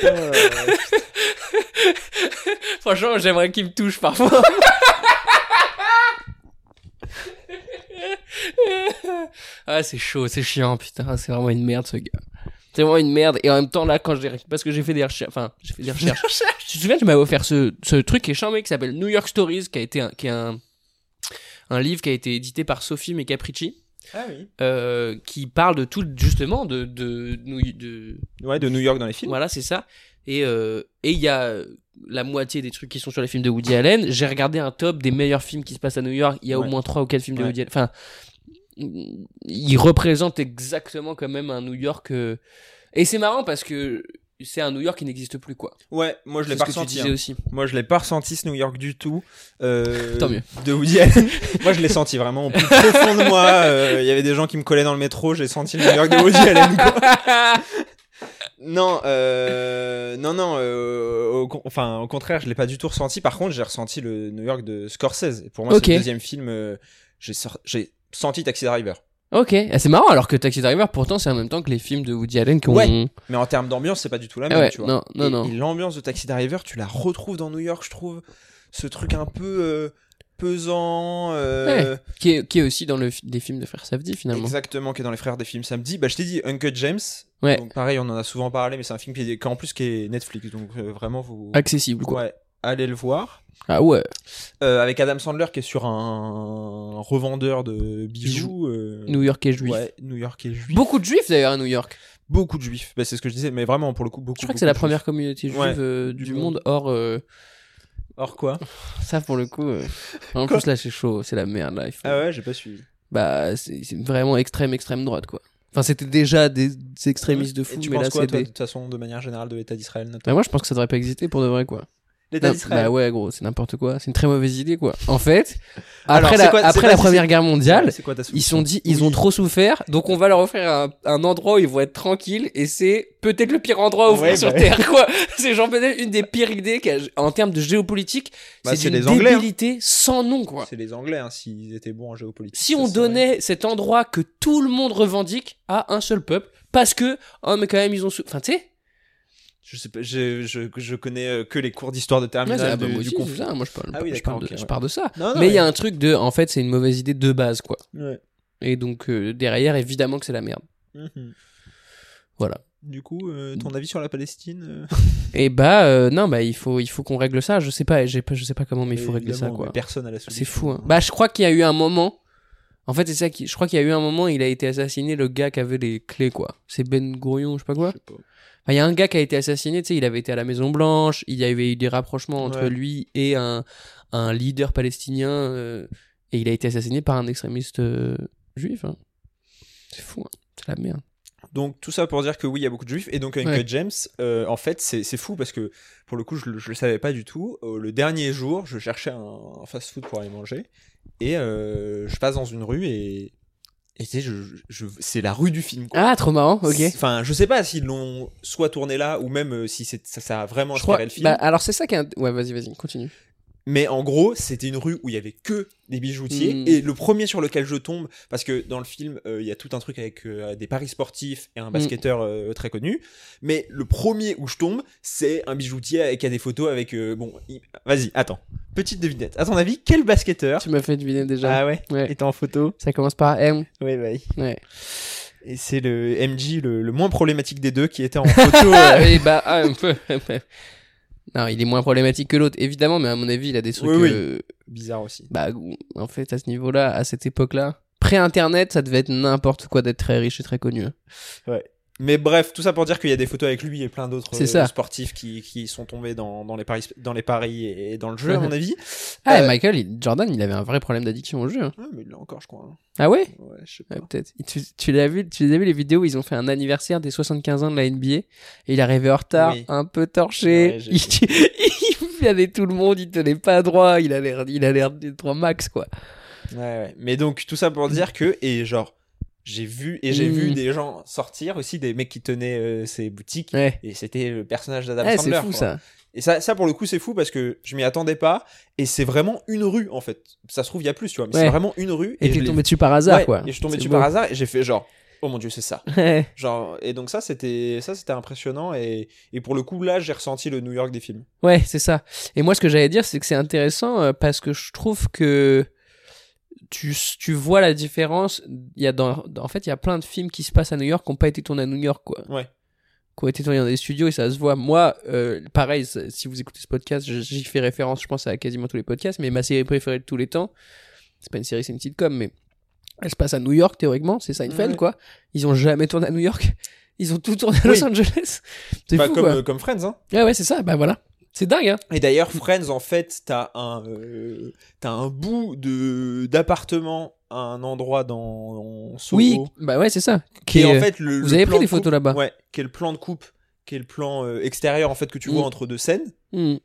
[LAUGHS] Franchement, j'aimerais qu'il me touche parfois. [LAUGHS] ah, c'est chaud, c'est chiant, putain, Ah, c'est vraiment une merde ce gars. C'est vraiment une merde. Et en même temps, là, quand j'ai. Parce que j'ai fait des recherches. Enfin, j'ai fait des recherches. tu te souviens, tu m'avais offert ce, ce truc qui est charmé, qui s'appelle New York Stories, qui, a été un, qui est un, un livre qui a été édité par Sophie Mecapricci, Ah oui. euh, qui parle de tout, justement, de, de, New- de Ouais, de New York dans les films. voilà, c'est ça. Et euh, et il y a euh, la moitié des trucs qui sont sur les films de Woody Allen. J'ai regardé un top des meilleurs films qui se passent à New York. Il y a Ouais. au moins trois ou quatre films de Ouais. Woody Allen. Enfin, il représente exactement quand même un New York. euh, Et c'est marrant parce que c'est un New York qui n'existe plus, quoi. Ouais, moi je l'ai C'est pas ce que tu ressenti. disais hein. aussi. Moi je l'ai pas ressenti ce New York du tout. Euh, Tant mieux. De Woody Allen. [LAUGHS] moi je l'ai senti vraiment au plus profond de moi. Euh, Il y avait des gens qui me collaient dans le métro, j'ai senti le New York de Woody Allen. [LAUGHS] quoi. Non, euh, non, non, euh, au con- enfin, au contraire, je l'ai pas du tout ressenti. Par contre, j'ai ressenti le New York de Scorsese. Et Pour moi, Ok. c'est le deuxième film. euh, j'ai sor- j'ai senti Taxi Driver. Ok, Ah, c'est marrant alors que Taxi Driver, pourtant, c'est en même temps que les films de Woody Allen qui ont. Ouais. Mais en termes d'ambiance, c'est pas du tout la Ah même, ouais, tu vois. non, non, et, non. et l'ambiance de Taxi Driver, tu la retrouves dans New York, je trouve. Ce truc un peu euh, pesant, euh, Qui, est, qui est aussi dans le, fi- des films de Frères Safdie finalement. exactement, qui est dans les frères des films samedi. Bah, je t'ai dit Uncle James. Ouais. Donc, pareil, on en a souvent parlé, mais c'est un film qui est, qui, en plus qui est Netflix, donc euh, vraiment vous. Accessible, Ah, quoi. Ouais, allez le voir. Ah ouais. Euh, avec Adam Sandler qui est sur un, un revendeur de bijoux. euh, New York est juif. Ouais, New York est juif. Beaucoup de juifs d'ailleurs à New York. Beaucoup de juifs. Bah, c'est ce que je disais, mais vraiment pour le coup, beaucoup. Je crois que c'est la beaucoup de première juifs. communauté juive Ouais, euh, du du monde. monde hors. euh, Or [LAUGHS] quoi ça pour le coup. euh, En Quoi plus là c'est chaud, c'est la merde là. il faut- Ah ouais, j'ai pas suivi. Bah c'est c'est vraiment extrême extrême droite quoi. Enfin c'était déjà des extrémistes de Et fou, tu mais penses là quoi, c'est toi, de des. toute façon, de manière générale, de l'État d'Israël Bah notamment moi je pense que ça devrait pas exister pour de vrai quoi. L'État Non, d'Israël bah ouais gros c'est n'importe quoi, c'est une très mauvaise idée quoi. En fait Alors, après c'est la, quoi- c'est après quoi- la c'est- première guerre mondiale C'est quoi ta solution ils se sont dit ils ont Oui. trop souffert donc on va leur offrir un, un endroit où ils vont être tranquilles et c'est peut-être le pire endroit à ouvrir Ouais, sur bah. terre quoi [LAUGHS] c'est genre peut-être une des pires idées qu'a- en termes de géopolitique Bah, c'est c'est une les Anglais, hein. débilité sans nom quoi C'est les Anglais, hein, s'ils étaient bons en géopolitique. si ça on serait- donnait cet endroit que tout le monde revendique à un seul peuple parce que oh mais quand même ils ont sou- enfin tu sais Je sais pas, je, je, je connais euh, que les cours d'histoire de Ouais, terminale ça, du, bah, moi du aussi, conflit. c'est ça. moi je parle, Ah oui, je d'accord, parle de, ok, je ouais. parle de ça Ah Non, non, mais il y a ouais. un truc de en fait c'est une mauvaise idée de base quoi Ouais. et donc euh, derrière évidemment que c'est la merde Mhm. voilà Du coup, euh, ton avis sur la Palestine euh, Et bah euh, non bah il faut il faut qu'on règle ça, je sais pas, j'ai pas je sais pas comment mais il faut régler ça évidemment, quoi. hein. mais Personne à la solution. C'est fou hein. Bah je crois qu'il y a eu un moment En fait, c'est ça qui. Je crois qu'il y a eu un moment, il a été assassiné, le gars qui avait les clés, quoi. C'est Ben Gourion, je sais pas quoi. Je sais pas. Enfin, Il y a un gars qui a été assassiné, tu sais, il avait été à la Maison Blanche, il y avait eu des rapprochements entre Ouais. lui et un, un leader palestinien, euh, et il a été assassiné par un extrémiste euh, juif. hein. C'est fou, hein. c'est la merde. Donc tout ça pour dire que oui, il y a beaucoup de juifs. Et donc Uncut Ouais. James, euh, en fait, c'est c'est fou parce que pour le coup, je, le- je le savais pas du tout. Euh, le dernier jour, je cherchais un, fast food pour aller manger et euh, je passe dans une rue et, et tu sais, je, je- c'est la rue du film. quoi. Ah, trop marrant, ok. C'est- Enfin, je sais pas s'ils l'ont soit tourné là ou même euh, si c'est- ça, ça a vraiment Je crois. inspiré le film. Bah, alors, c'est ça qui est. int- Ouais, vas-y, vas-y, continue. Mais en gros, c'était une rue où il y avait que des bijoutiers. Mm. Et le premier sur lequel je tombe, parce que dans le film, euh, il y a tout un truc avec euh, des paris sportifs Hmm. et un basketteur euh, très connu. Mais le premier où je tombe, c'est un bijoutier avec- qui a des photos avec. euh, bon, il- vas-y, attends. Petite devinette. À ton avis, quel basketteur Tu m'as fait deviner déjà. Ah ouais, Ouais. Était en photo. Ça commence par M. Oui, oui. Ouais. Et c'est le MJ le, le moins problématique des deux qui [LAUGHS] était en photo. Ah, euh, oui, bah, ah, un peu. [LAUGHS] non, il est moins problématique que l'autre, évidemment, mais à mon avis, il a des trucs. Oui, oui. euh, Bizarre aussi. bah, en fait, à ce niveau-là, à cette époque-là, pré-internet, ça devait être n'importe quoi d'être très riche et très connu. hein. Mais bref, tout ça pour dire qu'il y a des photos avec lui et plein d'autres C'est euh, ça. sportifs qui, qui sont tombés dans, dans les paris, dans les paris et dans le jeu, à Mhm. mon avis. Ah, Euh, et Michael, il- Jordan, il avait un vrai problème d'addiction au jeu. hein. Ouais, mais il l'a encore, je crois. [LAUGHS] hein. Ah ouais Ouais, je sais pas. Ouais, peut-être. Et Tu, tu l'as vu, tu les as vu les vidéos où ils ont fait un anniversaire des 75 ans de la NBA et il arrivait en retard, Oui. un peu torché. [LAUGHS] Ouais, j'ai il, il fialait tout le monde, il tenait pas droit, il a l'air, il a l'air d'être un max quoi. Ouais, ouais. Mais donc, tout ça pour dire que, et genre, j'ai vu, et j'ai Mm. vu des gens sortir aussi, des mecs qui tenaient euh, ces boutiques. Ouais. Et c'était le personnage d'Adam Ouais, c'est Sandler. fou quoi. ça. Et ça, ça, pour le coup, c'est fou parce que je m'y attendais pas. Et c'est vraiment une rue, en fait. Ça se trouve, il y a plus, tu vois. Mais Ouais. c'est vraiment une rue. Et, je t'es l'ai- tombé dessus par hasard Ouais, quoi. Et je suis tombé C'est dessus beau. par hasard et j'ai fait genre, oh mon dieu, c'est ça. Ouais. Genre, et donc ça, c'était ça, c'était impressionnant. Et, et pour le coup, là, j'ai ressenti le New York des films. Ouais, c'est ça. Et moi, ce que j'allais dire, c'est que c'est intéressant euh, parce que je trouve que tu, tu vois la différence. Il y a dans, dans- en fait, il y a plein de films qui se passent à New York qui n'ont pas été tournés à New York, quoi. Ouais. Qui ont été tournés dans des studios et ça se voit. Moi, euh, pareil, ça- si vous écoutez ce podcast, j- j'y fais référence, je pense, à quasiment tous les podcasts, mais ma série préférée de tous les temps, c'est pas une série, c'est une sitcom, mais elle se passe à New York, théoriquement, c'est Seinfeld, Ouais. quoi. Ils ont jamais tourné à New York. [LAUGHS] Ils ont tout tourné à Los Oui. Angeles. [LAUGHS] C'est Pas fou, comme, quoi. euh, comme Friends, hein. Ouais, ouais, c'est ça, bah voilà. C'est dingue, hein. Et d'ailleurs, Friends, en fait, t'as un, euh, t'as un bout de d'appartement à un endroit dans en Soho. Oui, bah ouais, c'est ça. Qui Et en est- fait, le, vous le avez plan pris des de coupe- photos là-bas Ouais. Qui est le plan de coupe, qui est le plan euh, extérieur en fait que tu vois Mm. entre deux scènes. Hmm.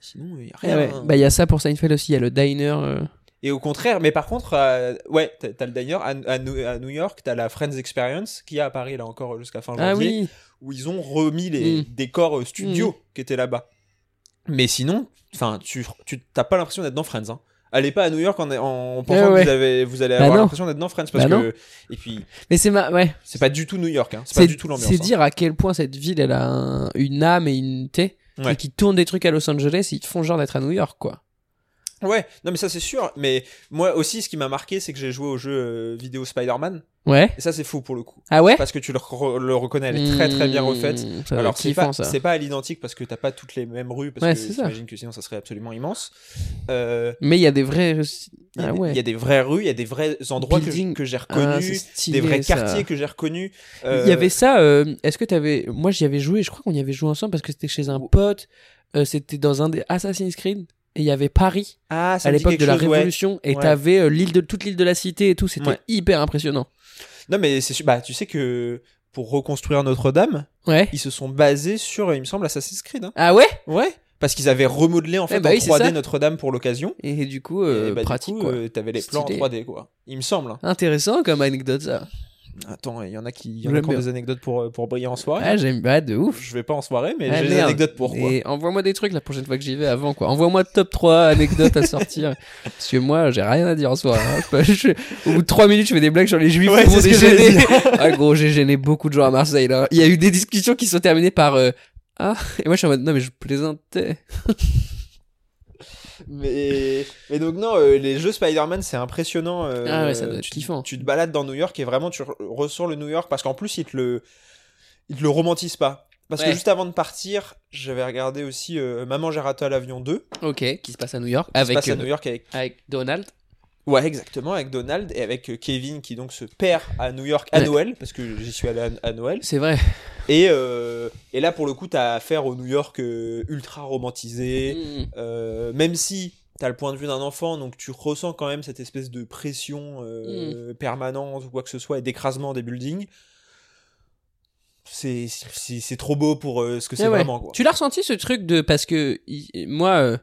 Sinon, il y a Ah rien. ouais. Bah il y a ça pour Seinfeld aussi, il y a le diner. euh. Et au contraire, mais par contre, euh, ouais, t'as t'as le d'ailleurs à, à New à New York, t'as la Friends Experience qui a à Paris là encore jusqu'à fin Ah janvier, oui. où ils ont remis les Mm. décors euh, studio qui étaient là-bas. Mais sinon, enfin, tu tu- t'as pas l'impression d'être dans Friends. Hein. Allez pas à New York en, en pensant Eh ouais. que vous, avez, vous allez Bah avoir non. l'impression d'être dans Friends parce Bah que non. et puis Mais c'est ma... ouais. c'est pas du tout New York, hein. c'est C'est pas du tout l'ambiance. c'est hein. dire à quel point cette ville elle a un- une âme et une thé Ouais. et qui tourne des trucs à Los Angeles, ils te font genre d'être à New York quoi. Ouais, non mais ça c'est sûr. Mais moi aussi, ce qui m'a marqué, c'est que j'ai joué au jeu euh, vidéo Spider-Man Ouais. et ça c'est fou pour le coup Ah ouais. parce que tu le, re- le reconnais, elle est très très bien refaite. Hmm, ça doit Alors être c'est kiffant, pas, ça. c'est pas à l'identique parce que t'as pas toutes les mêmes rues parce Ouais, c'est que ça. j'imagine que sinon ça serait absolument immense. Euh, Mais il y a des vrais il y a Ah des- ouais. il y a des vraies rues, il y a des vrais endroits que- Building. que j'ai Ah, reconnus, c'est stylé, des vrais ça. quartiers que j'ai reconnus. Il y avait ça. euh, Est-ce que t'avais Moi j'y avais joué. Je crois qu'on y avait joué ensemble parce que c'était chez un pote. euh, c'était dans un des Assassin's Creed et il y avait Paris. ah, ça à me dit l'époque quelque de la chose, ouais. Révolution et Ouais. t'avais euh, l'île de toute l'île de la cité et tout, c'était Ouais. hyper impressionnant. Non mais c'est su- bah tu sais que pour reconstruire Notre-Dame, Ouais. ils se sont basés sur, euh, il me semble, Assassin's Creed. hein. Ah ouais Ouais. Parce qu'ils avaient remodelé en fait bah en oui, c'est 3D ça. Notre-Dame pour l'occasion. Et du coup, Et euh, bah, du pratique coup, quoi. euh, t'avais les plans en Stylé. 3D quoi. Il me semble. hein. Intéressant comme anecdote ça. Attends, il y en a qui, il y en a J'aime qui ont bien. des anecdotes pour euh, pour briller en soirée. Ah, j'aime bah, de ouf. je vais pas en soirée, mais Ah, j'ai des merde. anecdotes pour quoi. Et envoie-moi des trucs la prochaine fois que j'y vais avant quoi. Envoie-moi top 3 anecdotes à sortir. [LAUGHS] Parce que moi, j'ai rien à dire en soi. hein. Je peux- je- Au bout de 3 minutes, je fais des blagues sur les juifs. Ouais, tout le monde c'est est ce que j'allais gêné. ah gros, j'ai gêné beaucoup de gens à Marseille là. Il y a eu des discussions qui sont terminées par euh, ah et moi je suis en mode non mais je plaisantais. Mais, mais donc non, euh, les jeux Spider-Man, c'est impressionnant. euh, Ah ouais, ça doit être tu, kiffant. Tu te balades dans New York et vraiment tu re- ressens le New York parce qu'en plus ils te le, ils te le romantisent pas. Parce que Ouais. juste avant de partir, j'avais regardé aussi euh, Maman j'ai raté à l'avion 2, qui OK, qui se passe à New York se avec passe à euh, New York avec avec Donald. Ouais, exactement, avec Donald et avec euh, Kevin qui donc se perd à New York à Ouais. Noël, parce que j'y suis allé à, à Noël. C'est vrai. Et, euh, et là, pour le coup, t'as affaire au New York euh, ultra romantisé, Mmh. euh, même si t'as le point de vue d'un enfant, donc tu ressens quand même cette espèce de pression Mm. euh, permanente ou quoi que ce soit, et d'écrasement des buildings. C'est c'est- c'est trop beau pour euh, ce que c'est Ah ouais. vraiment, quoi. Tu l'as ressenti ce truc de parce que il- moi euh,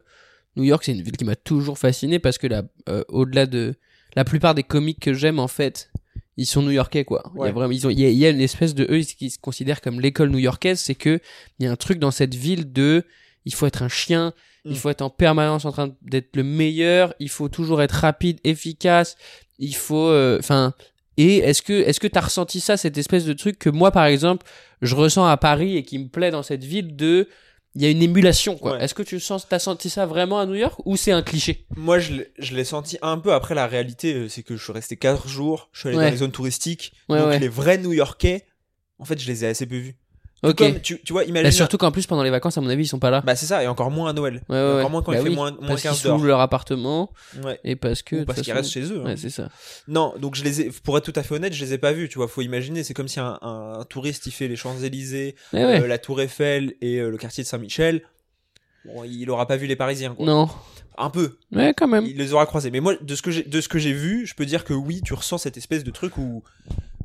New York c'est une ville qui m'a toujours fasciné parce que là euh, au-delà de la plupart des comiques que j'aime en fait ils sont new-yorkais quoi. Il y Ouais. a vraiment ils ont il y a, il y a une espèce de eux qui se considèrent comme l'école new-yorkaise c'est que il y a un truc dans cette ville de il faut être un chien, Mm. il faut être en permanence en train d'être le meilleur, il faut toujours être rapide, efficace, il faut euh, enfin et est-ce que est-ce que t'as ressenti ça cette espèce de truc que moi par exemple je ressens à Paris et qui me plaît dans cette ville de il y a une émulation quoi. Ouais. Est-ce que tu sens t'as senti ça vraiment à New York ou c'est un cliché Moi, je l'ai- je l'ai senti un peu. Après, la réalité, euh, c'est que je suis resté 4 jours, je suis allé Ouais. dans les zones touristiques. Ouais, donc, ouais. les vrais New Yorkais, en fait, je les ai assez peu vus. Ok. Comme, tu, tu vois, imagine. Bah, surtout qu'en plus pendant les vacances à mon avis ils sont pas là. Bah, c'est ça, et encore moins à Noël. ouais, ouais, Et ouais. encore moins quand Bah il fait oui, moins, moins parce qu'ils 15 s'ouvrent heures. leur appartement Ouais. et parce que Ou de parce toute qu'ils façon- restent chez eux. hein. Ouais, c'est ça. Non, donc je les ai, pour être tout à fait honnête, je les ai pas vus, tu vois. Faut imaginer, c'est comme si un, un touriste, il fait les Champs-Élysées, Mais Eh ouais. euh, la Tour Eiffel et euh, le quartier de Saint-Michel. Bon, il aura pas vu les Parisiens, quoi. non. Hum. Un peu. Ouais, quand même. il les aura croisés. Mais moi, de ce que j'ai, de ce que j'ai vu, je peux dire que oui, tu ressens cette espèce de truc où,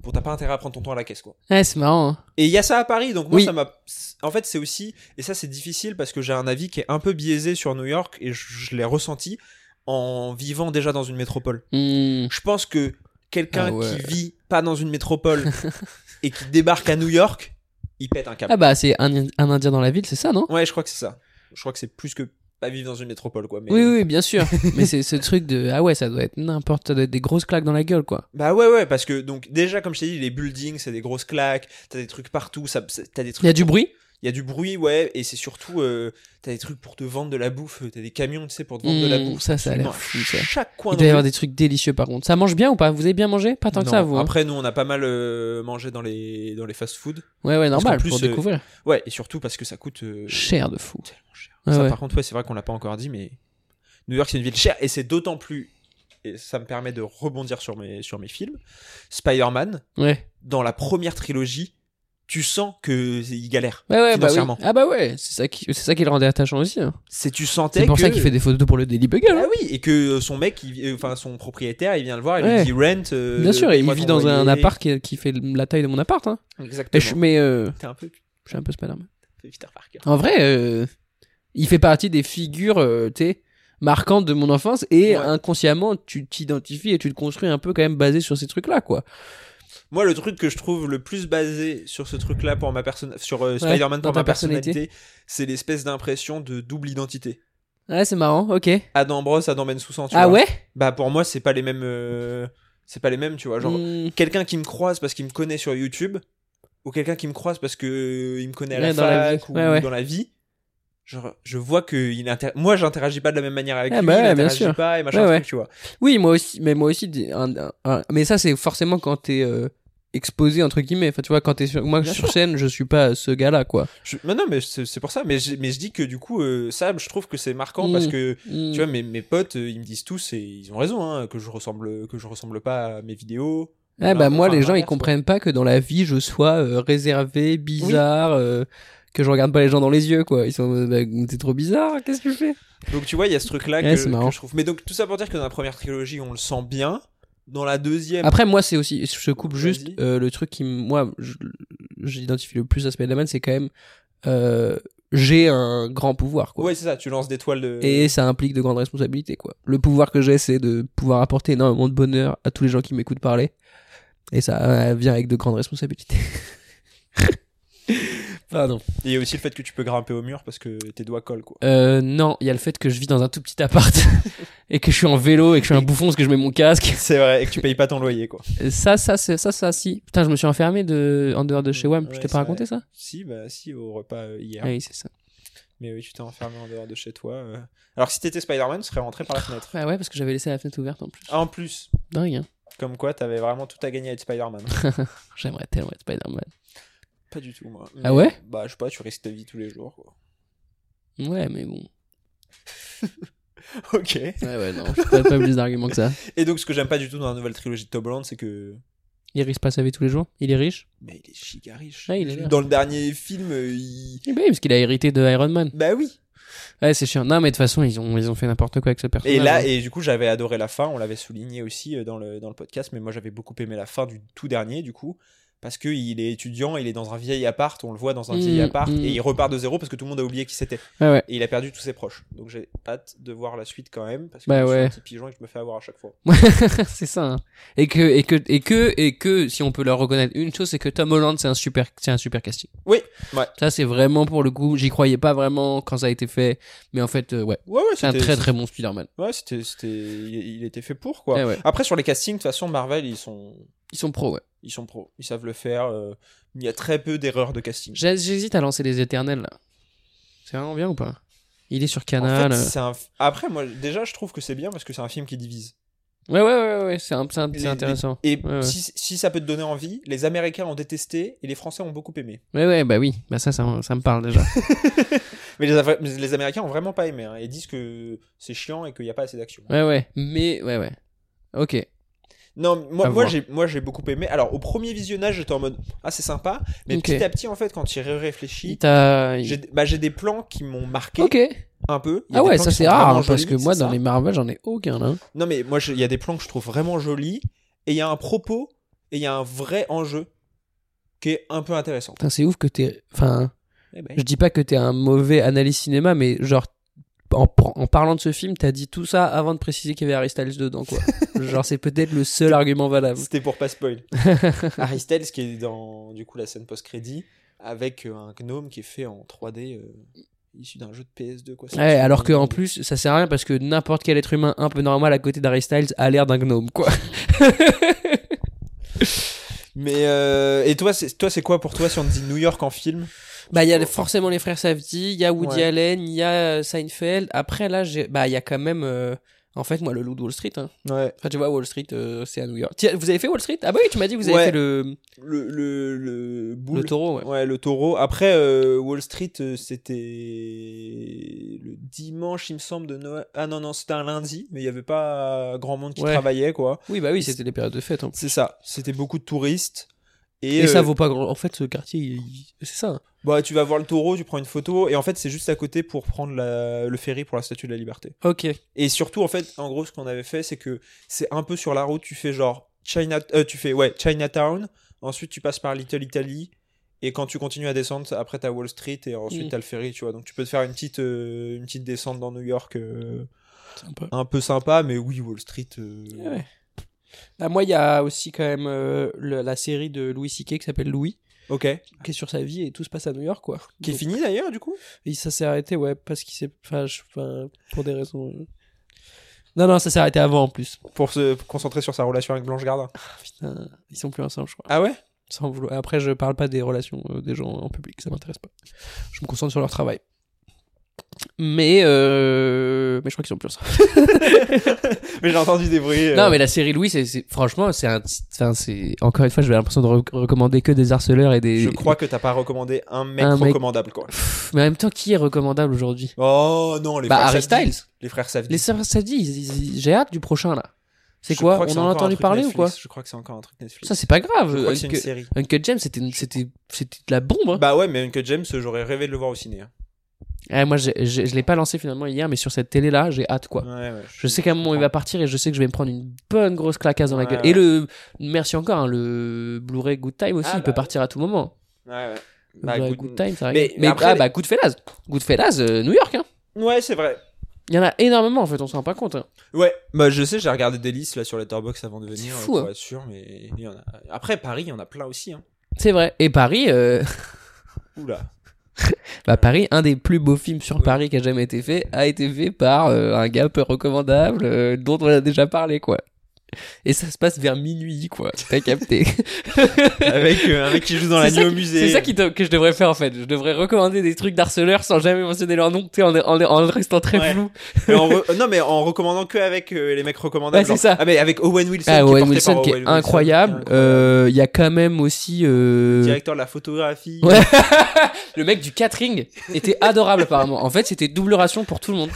bon, t'as pas intérêt à prendre ton temps à la caisse, quoi. Ouais, c'est marrant. hein. Et il y a ça à Paris, donc moi, Oui. ça m'a, en fait, c'est aussi, et ça, c'est difficile parce que j'ai un avis qui est un peu biaisé sur New York et je, je l'ai ressenti en vivant déjà dans une métropole. Mmh. Je pense que quelqu'un Ah ouais. qui vit pas dans une [LAUGHS] métropole et qui débarque à New York, il pète un câble. Ah bah c'est un, un indien dans la ville, c'est ça, non Ouais, je crois que c'est ça. Je crois que c'est plus que pas vivre dans une métropole, quoi. Mais... Oui, oui, [LAUGHS] bien sûr. Mais c'est ce truc de ah ouais, ça doit être n'importe, ça doit être des grosses claques dans la gueule, quoi. Bah ouais ouais parce que donc déjà comme je t'ai dit les buildings c'est des grosses claques t'as des trucs partout ça ça- t'as des trucs Il y a du bruit. il y a du bruit ouais et c'est surtout euh, t'as des trucs pour te vendre de la bouffe euh, t'as des camions tu sais pour te vendre de la Mmh, bouffe ça, ça a l'air Absolument. fou, ça. chaque coin Il doit y dans avoir le- des trucs délicieux par contre. Ça mange bien ou pas Vous avez bien mangé Pas tant que ça, Non, vous. hein. après nous on a pas mal euh, mangé dans les dans les fast food ouais, ouais, parce normal qu'en plus, pour euh, découvrir. ouais et surtout parce que ça coûte euh, Cher de fou. tellement cher Ouais, ça ouais. par contre ouais c'est vrai qu'on l'a pas encore dit mais New York c'est une ville chère et c'est d'autant plus et ça me permet de rebondir sur mes sur mes films Spider-Man Ouais, dans la première trilogie, tu sens que il galère. ouais, ouais bah oui. Financièrement. Ah bah ouais, c'est ça qui, c'est ça qui le rendait attachant aussi. hein. C'est tu sentais C'est pour que... ça qu'il fait des photos pour le Daily Bugle. hein. Ah oui, et que son mec, il- euh, enfin son propriétaire, il vient le voir, il Ouais. lui dit rent. euh, Bien sûr, il paye-moi vit ton dans un loyer. appart qui, qui fait la taille de mon appart. Hein. Mais, Exactement. je, mais euh, T'es un peu je suis un peu Spider-Man. Peter Parker. En vrai, euh, il fait partie des figures, euh, tu sais, marquantes de mon enfance et Ouais. inconsciemment, tu t'identifies et tu le construis un peu quand même basé sur ces trucs-là, quoi. Moi, le truc que je trouve le plus basé sur ce truc-là pour ma personne, sur euh, Spider-Man dans pour ta ma personnalité, c'est l'espèce d'impression de double identité. Ouais, c'est marrant, ok. Adam Bros, Adam Bensoussan. tu ah vois. ouais Bah pour moi, c'est pas les mêmes. euh, C'est pas les mêmes, tu vois. Genre, Hmm. quelqu'un qui me croise parce qu'il me connaît sur YouTube ou quelqu'un qui me croise parce que euh, il me connaît à la Ouais, dans la fac vie. ou Ouais, ouais. dans la vie genre je vois que il inter- moi j'interagis pas de la même manière avec Ah lui bah ouais, il bien interagit sûr. pas et machin Ouais, truc, ouais. tu vois Oui, moi aussi, mais moi aussi. des- un- un- un- mais ça, c'est forcément quand t'es euh, exposé entre guillemets. Enfin, tu vois, quand t'es sur, moi Bien sur scène, je suis pas ce gars-là, quoi. Je- mais non mais c'est c'est pour ça mais je, mais je dis que du coup euh, ça je trouve que c'est marquant Mm. parce que Mm. tu vois mes, mes potes euh, ils me disent tous et ils ont raison hein, que je ressemble que je ressemble pas à mes vidéos Ah, bah Non, moi, enfin, les gens, ils l'inverse, comprennent pas que dans la vie, je sois euh, réservé, bizarre. euh, que je regarde pas les gens dans les yeux quoi ils sont euh, bah, t'es trop bizarre qu'est-ce que tu fais Donc tu vois, il y a ce truc-là que, Ouais, c'est marrant. que je trouve. Mais donc tout ça pour dire que dans la première trilogie, on le sent bien. Dans la deuxième, après moi c'est aussi je coupe juste ben, Vas-y. euh, le truc qui m- moi je- j'identifie le plus à Spider-Man c'est quand même euh, j'ai un grand pouvoir quoi ouais, c'est ça. Tu lances des toiles de. Et ça implique de grandes responsabilités, quoi. Le pouvoir que j'ai, c'est de pouvoir apporter énormément de bonheur à tous les gens qui m'écoutent parler. Et ça euh, vient avec de grandes responsabilités. [LAUGHS] Pardon. Et il y a aussi le fait que tu peux grimper au mur parce que tes doigts collent, quoi. Euh, non, il y a le fait que je vis dans un tout petit [LAUGHS] appart et que je suis en vélo et que je suis un bouffon parce que je mets mon casque. C'est vrai, et que tu payes pas ton loyer, quoi. Ça, ça, c'est- ça, ça, si. Putain, je me suis enfermé de... en dehors de chez WAM. je Ouais, t'ai c'est pas raconté ça Si, bah, si, au repas euh, hier. Ah Oui, c'est ça. Mais oui, tu t'es enfermé en dehors de chez toi. euh. Alors que si t'étais Spider-Man, tu serais rentré par la fenêtre. Ah ouais, parce que j'avais laissé la fenêtre ouverte en plus. Ah, en plus, Dingue, hein. comme quoi, t'avais vraiment tout à gagner à être Spider-Man. J'aimerais tellement être Spider-Man. pas du tout, moi. Ah ouais Bah, je sais pas, tu risques ta vie tous les jours, quoi. Ouais, mais bon. [LAUGHS] ok. Ouais, ouais, non, [LAUGHS] je suis pas, pas plus d'arguments que ça. Et donc, ce que j'aime pas du tout dans la nouvelle trilogie de Tom Holland, c'est que. Iris passe sa vie tous les jours. Il est riche. Mais il est giga riche. Ouais, il est riche. dans le dernier film, euh, il. Eh ben oui, parce qu'il a hérité de Iron Man. Bah oui. Ouais, c'est chiant. Non, mais de toute façon, ils ont, ils ont fait n'importe quoi avec ce personnage. Et là, hein. et du coup, j'avais adoré la fin. On l'avait souligné aussi euh, dans le, dans le podcast, mais moi, j'avais beaucoup aimé la fin du tout dernier, du coup. Parce qu'il est étudiant, il est dans un vieil appart, on le voit dans un vieil Mm, appart, mm. et il repart de zéro parce que tout le monde a oublié qui c'était. Ouais, ouais. Et il a perdu tous ses proches. Donc j'ai hâte de voir la suite quand même, parce que Bah je suis ouais. un petit pigeon et que je me fais avoir à chaque fois. [LAUGHS] c'est ça. hein. Et que, et que, et que, et que, si on peut leur reconnaître une chose, c'est que Tom Holland, c'est un super, c'est un super casting. Oui, ouais. Ça, c'est vraiment pour le coup, j'y croyais pas vraiment quand ça a été fait, mais en fait, euh, ouais, Ouais, ouais, c'est un c'était- très très bon Spider-Man. Ouais, c'était, c'était, il il était fait pour quoi. Eh ouais. Après sur les castings, de toute façon Marvel ils sont, Ils sont pros, ouais. ils sont pros, ils savent le faire. euh, Il y a très peu d'erreurs de casting. J'ai- J'hésite à lancer les Éternels là. C'est vraiment bien ou pas Il est sur En Canal. fait, euh. c'est un... Après moi déjà je trouve que c'est bien parce que c'est un film qui divise. Ouais, ouais, ouais, ouais, ouais, c'est un- c'est un- Les- c'est intéressant. Et Ouais, ouais. Si, si ça peut te donner envie, les Américains ont détesté et les Français ont beaucoup aimé. Ouais, ouais, bah oui, bah ça, ça, ça me parle [LAUGHS] déjà. Mais les, Afri- mais les Américains ont vraiment pas aimé hein, et disent que c'est chiant et qu'il n'y a pas assez d'action. ouais, ouais, mais ouais, ouais. Ok. Non, mais moi, moi À voir. j'ai moi j'ai beaucoup aimé. Alors au premier visionnage j'étais en mode ah c'est sympa, mais Ok. petit à petit en fait quand tu y réfléchis, T'as. j'ai bah, j'ai des plans qui m'ont marqué. Ok. un peu. Il y a Ah des ouais, plans ça qui c'est sont rare vraiment hein, parce jolis, que moi c'est dans ça. les Marvel j'en ai aucun hein. là. Non mais moi je- il y a des plans que je trouve vraiment jolis et il y a un propos et il y a un vrai enjeu qui est un peu intéressant. Putain, c'est ouf que t'es. Enfin, Eh ben, je dis pas que t'es un mauvais analyste cinéma, mais genre en, pr- en parlant de ce film, t'as dit tout ça avant de préciser qu'il y avait Harry Styles dedans [LAUGHS] quoi. genre c'est peut-être le seul argument valable. C'était pour pas [LAUGHS] spoil. Harry Styles qui est dans du coup la scène post-crédit avec euh, un gnome qui est fait en 3D euh, issu d'un jeu de PS2 quoi. C'est Ouais, absolument alors que en dingue. plus ça sert à rien parce que n'importe quel être humain un peu normal à côté d'Harry Styles a l'air d'un gnome [LAUGHS] quoi. Mais euh, et toi c'est toi c'est quoi pour toi si on te dit New York en film Bah, il y a le- forcément les frères Safdie, il y a Woody Ouais. Allen, il y a euh, Seinfeld. Après, là, j'ai, bah, il y a quand même, euh, en fait, moi, le loup de Wall Street, hein. Ouais. Enfin, tu vois, Wall Street, euh, c'est à New York. Tiens, vous avez fait Wall Street? Ah bah oui, tu m'as dit que vous avez Ouais. fait le, Le le le boule. le taureau, ouais. Ouais, le taureau. Après, euh, Wall Street, euh, c'était le dimanche, il me semble, de Noël. Ah non, non, c'était un lundi, mais il n'y avait pas grand monde qui Ouais. travaillait, quoi. Oui, bah oui, c'était les périodes de fête, en plus. C'est ça. C'était beaucoup de touristes. Et, Et, ça euh, vaut pas grand. En fait, ce quartier, il- il- c'est ça. hein. bah, tu vas voir le taureau, tu prends une photo, et en fait, c'est juste à côté pour prendre la- le ferry pour la Statue de la Liberté. Ok. Et surtout, en fait, en gros, ce qu'on avait fait, c'est que c'est un peu sur la route, tu fais genre China, euh, tu fais ouais Chinatown, ensuite tu passes par Little Italy, et quand tu continues à descendre, après t'as Wall Street et ensuite Mm. t'as le ferry, tu vois. Donc tu peux te faire une petite, euh, une petite descente dans New York, euh, Sympa. un peu sympa, mais oui, Wall Street. euh, Ah Ouais. Bah, moi, il y a aussi quand même euh, le- la série de Louis C.K. qui s'appelle Louis, Ok. qui est sur sa vie et tout se passe à New York, quoi. Qui est Donc, fini d'ailleurs, du coup. Et ça s'est arrêté, ouais, parce qu'il s'est. Enfin, je- enfin, pour des raisons. euh. Non, non, ça s'est arrêté avant en plus. Pour se concentrer sur sa relation avec Blanche Gardin. Putain, ils sont plus ensemble, je crois. Ah ouais. Sans vouloir. Après, je parle pas des relations euh, des gens en public, ça m'intéresse pas. Je me concentre sur leur travail. Mais, euh... mais je crois qu'ils sont plus ensemble. mais j'ai entendu des bruits. euh, Non, mais la série Louis, c'est, c'est- franchement, c'est un. Enfin, c'est. Encore une fois, je vais l'impression de re- recommander que des harceleurs et des. Je crois que t'as pas recommandé un mec Un mec- recommandable, quoi. Pff, mais en même temps, qui est recommandable aujourd'hui Oh non, les Bah, frères Harry Safdie. Styles. Les frères Safdie. Les sœurs Safdie, ils- ils- ils- j'ai hâte du prochain, là. C'est Je quoi crois que On c'est en a encore un entendu truc parler ou quoi Netflix. Je crois que c'est encore un truc Netflix. Ça, euh, c'est pas grave. je crois que c'est une Uncut, série. Uncut James, c'était une- c'était c'était de la bombe. hein. Bah ouais, mais Uncut James, j'aurais rêvé de le voir au ciné. hein. Ouais, Eh, moi, j'ai- j'ai- je l'ai pas lancé finalement hier, mais sur cette télé-là, j'ai hâte quoi. Ouais, ouais. Je sais qu'à un moment il va partir et je sais que je vais me prendre une bonne grosse claquasse dans la Ouais, gueule. ouais. Et le merci encore hein, le Blu-ray Good Time aussi, Ah, il peut bah. partir à tout moment. Ouais, ouais. Le Bah, Blu-ray Good- Good Time, ça Mais- arrive. Mais, mais après, ah les- bah Goodfellas, Goodfellas, euh, New York. Hein. Ouais, c'est vrai. Il y en a énormément en fait, on s'en rend pas compte. hein. Ouais, bah je sais, j'ai regardé des listes là sur Letterboxd avant de venir, euh, C'est fou, pour hein. être sûr, mais il y en a. Après Paris, il y en a plein aussi. Hein. C'est vrai. Et Paris, euh, [LAUGHS] Oula. bah Paris, un des plus beaux films sur Paris qui a jamais été fait, a été fait par euh, un gars peu recommandable euh, dont on a déjà parlé quoi. Et ça se passe vers minuit, quoi. T'as capté. Avec euh, un mec qui joue dans la C'est ça nuit au qui- musée. C'est ça qui te- que je devrais faire en fait. Je devrais recommander des trucs d'harceleurs sans jamais mentionner leur nom, tu sais, en, en, en restant très Ouais. flou. Mais en re- euh, Non, mais en recommandant que avec euh, les mecs recommandables. Ouais, c'est genre- ça. Ah, mais avec Owen Wilson. Ah, qui est Owen porté Wilson par qui Owen est Wilson, incroyable. qui est Euh, Il y a quand même aussi euh, Directeur de la photographie. Ouais. le mec du catering était adorable apparemment. En fait, c'était double ration pour tout le monde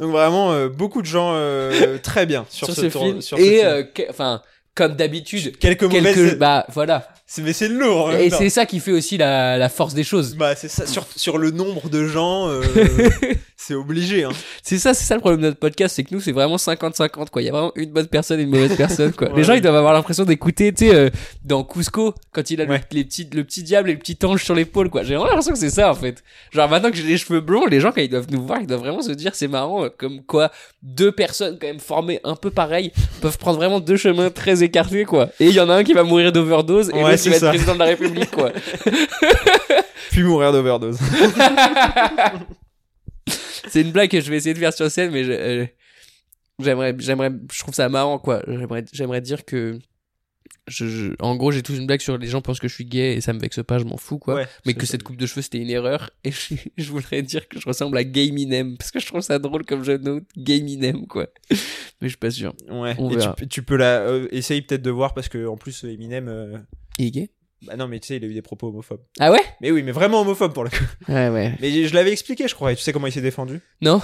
Donc vraiment euh, beaucoup de gens euh, très [LAUGHS] bien sur, sur, ce, ce, tour- film. sur ce Et film. euh, que- enfin, comme d'habitude, quelques mauvaises. quelques bah voilà. C'est- Mais c'est lourd. hein, en même Et temps. c'est ça qui fait aussi la, la force des [LAUGHS] choses. Bah c'est ça sur, sur le nombre de gens, [LAUGHS] euh, c'est obligé. Hein. C'est ça, c'est ça le problème de notre podcast, c'est que nous c'est vraiment 50-50 quoi. Il y a vraiment une bonne personne et une mauvaise [LAUGHS] personne quoi. Les Ouais. gens ils doivent avoir l'impression d'écouter, tu sais, euh, dans Cusco quand il a le- Ouais. les petits, le petit diable et le petit ange sur l'épaule quoi. J'ai vraiment l'impression que c'est ça en fait. Genre maintenant que j'ai les cheveux blonds, les gens quand ils doivent nous voir, ils doivent vraiment se dire c'est marrant euh, comme quoi deux personnes quand même formées un peu pareilles peuvent prendre vraiment deux chemins très écartés quoi. Et il y en a un qui va mourir d'overdose et Ouais, l'autre qui c'est va être ça. président de la République quoi. Puis mourir d'overdose. C'est une blague que je vais essayer de faire sur scène, mais je- euh, j'aimerais, j'aimerais, je trouve ça marrant, quoi. J'aimerais, j'aimerais dire que, je, je- en gros, j'ai tous une blague sur les gens pensent que je suis gay et ça me vexe pas, je m'en fous, quoi. Ouais, mais c'est- que cette coupe de cheveux c'était une erreur et je, je voudrais dire que je ressemble à Gay Minem parce que je trouve ça drôle comme jeu de mots, Gay Minem, quoi. Mais je suis pas sûr. Ouais. On Et tu, verra. peux- tu peux la euh, essayer peut-être de voir parce que en plus Eminem. euh, Il est gay Bah non mais tu sais il a eu des propos homophobes. Ah ouais Mais oui mais vraiment homophobe pour le coup. Ouais, ouais. Mais je l'avais expliqué je crois. Et tu sais comment il s'est défendu Non.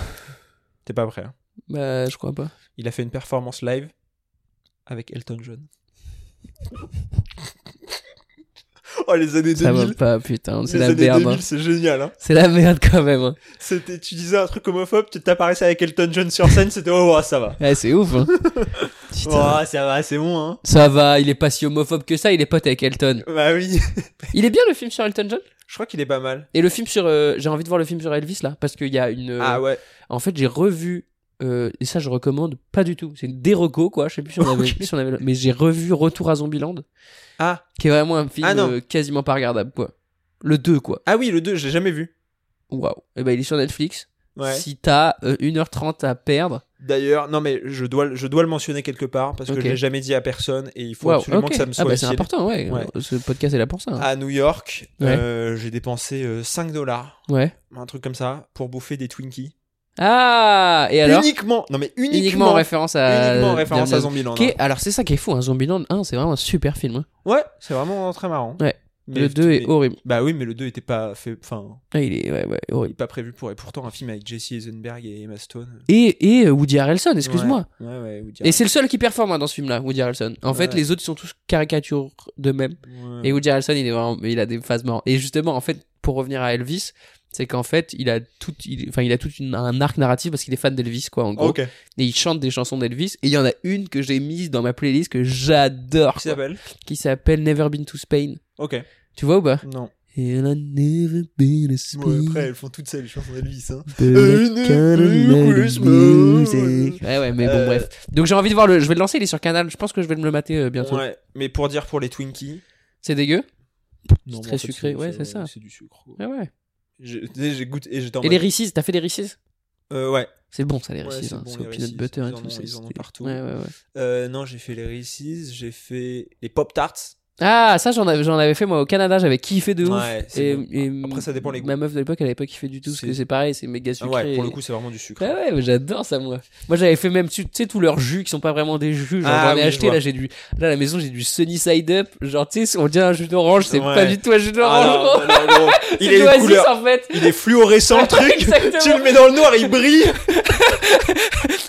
T'es pas prêt. hein. Bah, je crois pas. Il a fait une performance live avec Elton John. [LAUGHS] oh les années Ça va 2000. pas, putain, c'est les la années merde. 2000 hein. c'est génial hein. C'est la merde quand même. hein. C'était, tu disais un truc homophobe, tu t'apparaissais avec Elton John sur scène, c'était oh, ouais, ça va. Ouais, c'est [LAUGHS] ouf, hein. Putain. Oh, ça va, c'est bon, hein. Ça va, il est pas si homophobe que ça, il est pote avec Elton. Bah oui. Il est bien le film sur Elton John Je crois qu'il est pas mal. Et le film sur. euh, j'ai envie de voir le film sur Elvis là, parce qu'il y a une. euh, Ah ouais. En fait, j'ai revu. euh, et ça, je recommande pas du tout. C'est une déroco quoi. Je sais plus si on avait. Ok. si on avait- mais j'ai revu Retour à Zombieland, Ah. qui est vraiment un film Ah, non. euh, quasiment pas regardable quoi. Le 2 quoi. Ah oui, le 2, je l'ai jamais vu. Waouh. Et ben il est sur Netflix. Ouais. Si t'as euh, 1h30 à perdre. D'ailleurs, non mais je dois, le- je dois le mentionner quelque part parce que Ok. je l'ai jamais dit à personne et il faut Waouh, absolument ok. que ça me Ah soit bah c'est utile. important, ouais. Ouais. Ah. Ce podcast est là pour ça. hein. À New York, Ouais. euh, j'ai dépensé 5 dollars, Ouais. un truc comme ça, pour bouffer des Twinkies. Ah Et alors uniquement, non mais uniquement, Uniquement en référence à. uniquement en référence à Bienvenue. Zombieland. Qui hein. est- alors c'est ça qui est fou, hein, Zombieland 1 c'est vraiment un super film. hein. Ouais, c'est vraiment très marrant. Ouais. Mais- le 2 est mais- horrible. Bah oui, mais le 2 était pas fait, enfin. Ah, il est ouais, ouais, Il horrible. est pas prévu pour. Et pourtant, un film avec Jesse Eisenberg et Emma Stone. Et, et euh, Woody Harrelson, excuse-moi. Ouais, ouais, ouais, Woody Et c'est le seul qui performe hein, dans ce film-là, Woody Harrelson. En fait, Ouais. les autres ils sont tous caricatures d'eux-mêmes. Harrelson. Et Woody Harrelson, il est vraiment, il a des phases mortes. Et justement, en fait, pour revenir à Elvis, c'est qu'en fait, il a tout, il, enfin, il a tout une- un arc narratif parce qu'il est fan d'Elvis, quoi, en gros. Ok. Et il chante des chansons d'Elvis. Et il y en a une que j'ai mise dans ma playlist que j'adore, Qui quoi, s'appelle qui s'appelle Never Been to Spain. Ok. Tu vois ou pas? Non. And I never been to Spain. elles font toutes celles chansons d'Elvis. Hein. Ouais, ouais, mais bon, Euh, bref. Donc j'ai envie de voir le. Je vais le lancer, il est sur Canal. Je pense que je vais me le mater euh, bientôt. Ouais, mais pour dire pour les Twinkies. C'est dégueu non, mais très en fait, sucré, ouais, c'est ça. C'est du sucre. Ouais, ouais. J'ai j'ai goûté et j'étais en Et les mode- Reese's, t'as fait les Reese's Euh, ouais. C'est bon, ça, les Ouais, Reese's. c'est hein. bon, C'est les au Reese's. peanut butter et Ils en tout. ont- ça, ils en ont c'était- partout. Ouais, ouais, ouais. Euh, non, j'ai fait les Reese's, j'ai fait les Pop Tarts. Ah, ça, j'en avais, j'en avais fait moi au Canada. J'avais kiffé de ouf. Ouais, c'est Et, bon. et Après, ça dépend les goûts. Ma meuf de l'époque, elle avait pas kiffé du tout. Parce C'est- que c'est pareil, c'est méga Ah sucré. ouais, pour le et- coup, c'est vraiment du sucre. Ah ouais, mais j'adore ça, moi. Moi, j'avais fait même, tu tu sais, tous leurs jus qui sont pas vraiment des jus. Genre, Ah j'en ai oui, je acheté, vois. là, j'ai du, là, à la maison, j'ai du Sunny Side Up. Genre, tu sais, on dirait un jus d'orange, c'est Ouais. pas du tout un jus d'orange, Ah gros. non, non, non, gros. Il [LAUGHS] C'est est une d'Oasis, couleur. en fait. Il est [LAUGHS] fluorescent le truc. Exactement. tu le mets dans le noir, il brille. [LAUGHS]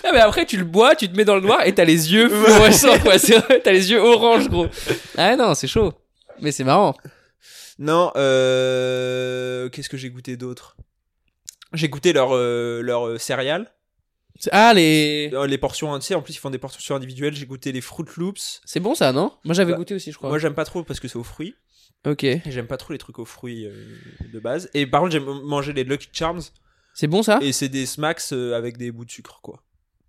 Ah, mais après, tu le bois, tu te mets dans le noir et t'as les yeux fluorescents, quoi. [LAUGHS] C'est vrai, T'as les yeux orange, gros. Ah non, c'est chaud. Mais c'est marrant. Non, euh... qu'est-ce que j'ai goûté d'autre J'ai goûté leur, euh, leur euh, céréales, C'est- Ah, les. Euh, les portions, tu sais, en plus ils font des portions individuelles, j'ai goûté les Fruit Loops. C'est bon, ça, non? Moi, j'avais Bah, goûté aussi, je crois. Moi j'aime pas trop parce que c'est aux fruits, Ok. et j'aime pas trop les trucs aux fruits euh, de base. Et par contre j'aime manger les Lucky Charms, C'est bon, ça? et c'est des smacks euh, avec des bouts de sucre quoi.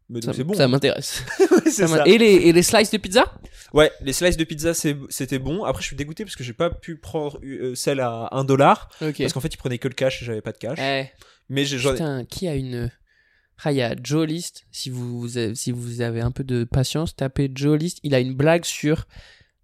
Mais Ah. Ça, donc c'est bon, hein. ça m'intéresse. [LAUGHS] c'est Ça ça. m'in- Et les, et les slices de pizza? Ouais, les slices de pizza c'est- c'était bon, après je suis dégoûté parce que j'ai pas pu prendre euh, celle à 1 dollar, Ok. parce qu'en fait ils prenaient que le cash et j'avais pas de cash. Eh. Mais j'ai j'en ai- Putain, qui a une. Ah, il y a Joe List. Si vous, avez- si vous avez un peu de patience, tapez Joe List. Il a une blague sur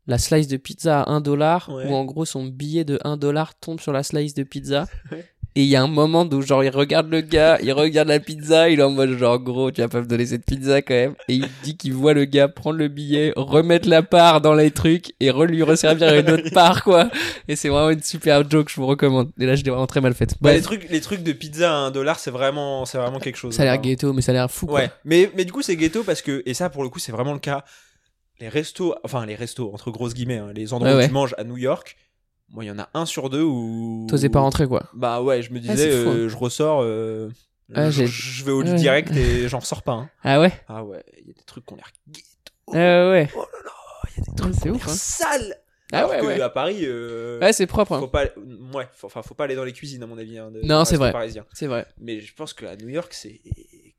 la slice de pizza à 1 dollar, Ouais. où en gros son billet de 1 dollar tombe sur la slice de pizza. [LAUGHS] Ouais. Et il y a un moment où genre il regarde le gars, il regarde la pizza, il est en mode genre gros, tu vas pas me donner cette pizza quand même. Et il dit qu'il voit le gars prendre le billet, remettre la part dans les trucs et re lui resservir une autre part quoi. Et c'est vraiment une super joke, je vous recommande. Et là je l'ai vraiment très mal faite. Bah, les, Bref, trucs, les trucs de pizza à un dollar, c'est vraiment, c'est vraiment quelque chose. ça a l'air Vraiment. ghetto, mais ça a l'air fou. quoi. Ouais, mais, mais du coup, c'est ghetto parce que, et ça pour le coup, c'est vraiment le cas. Les restos, enfin les restos, entre grosses guillemets, hein, les endroits Ouais, où ouais. tu manges à New York, moi, il y en a un sur deux où. T'osais pas rentrer quoi. Bah ouais, je me disais, Ah, c'est fou, hein. euh, je ressors, euh, Ah, je, j'ai- je vais au lit Ouais. direct [LAUGHS] et j'en ressors pas. hein. Ah ouais Ah ouais, il y a des trucs qui ont l'air ghetto. Ah ouais. Oh là là, il y a des trucs ouais. qui C'est ont l'air ouf. hein. sales. Ah Alors ouais, que ouais. à Paris, euh, Ouais, c'est propre. hein. faut pas, mm, ouais, faut, enfin, faut pas aller dans les cuisines à mon avis. hein, de- Non, de c'est resto vrai. Parisien. C'est vrai. Mais je pense qu'à New York, c'est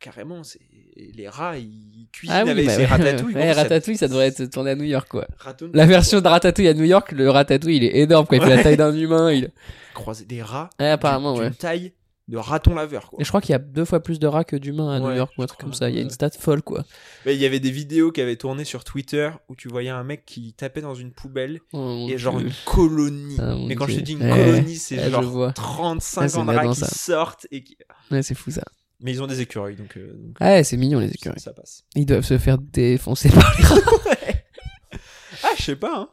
carrément, c'est les rats, ils cuisinent Ah oui, avec bah ces ouais, [LAUGHS] ratatouilles. ouais, ratatouille, ça devrait être tourné à New York quoi. Raton- La version de Ratatouille à New York, le Ratatouille il est énorme quoi, il fait la taille d'un humain. Il... croiser des rats. Ouais, apparemment, d'une- ouais. d'une taille de raton laveur. Quoi. Et je crois qu'il y a deux fois plus de rats que d'humains à Ouais, New York ou un je truc crois, comme ça. Il y a ouais. une stat folle quoi. Mais il y avait des vidéos qui avaient tourné sur Twitter où tu voyais un mec qui tapait dans une poubelle Oh, et mon genre Dieu. [LAUGHS] une colonie. Ah, mon Mais quand je Dieu. te dis une Ouais, colonie, c'est ouais, je genre [LAUGHS] vois. 35 Ouais, c'est ans de rats nadant, qui ça. sortent et qui... Ouais, c'est fou ça. Ah Mais ils ont des écureuils donc, euh, donc, Ouais, c'est mignon les ça- écureuils. ça passe. Ils doivent se faire défoncer par [LAUGHS] les rats. Ah, je sais pas. Hein.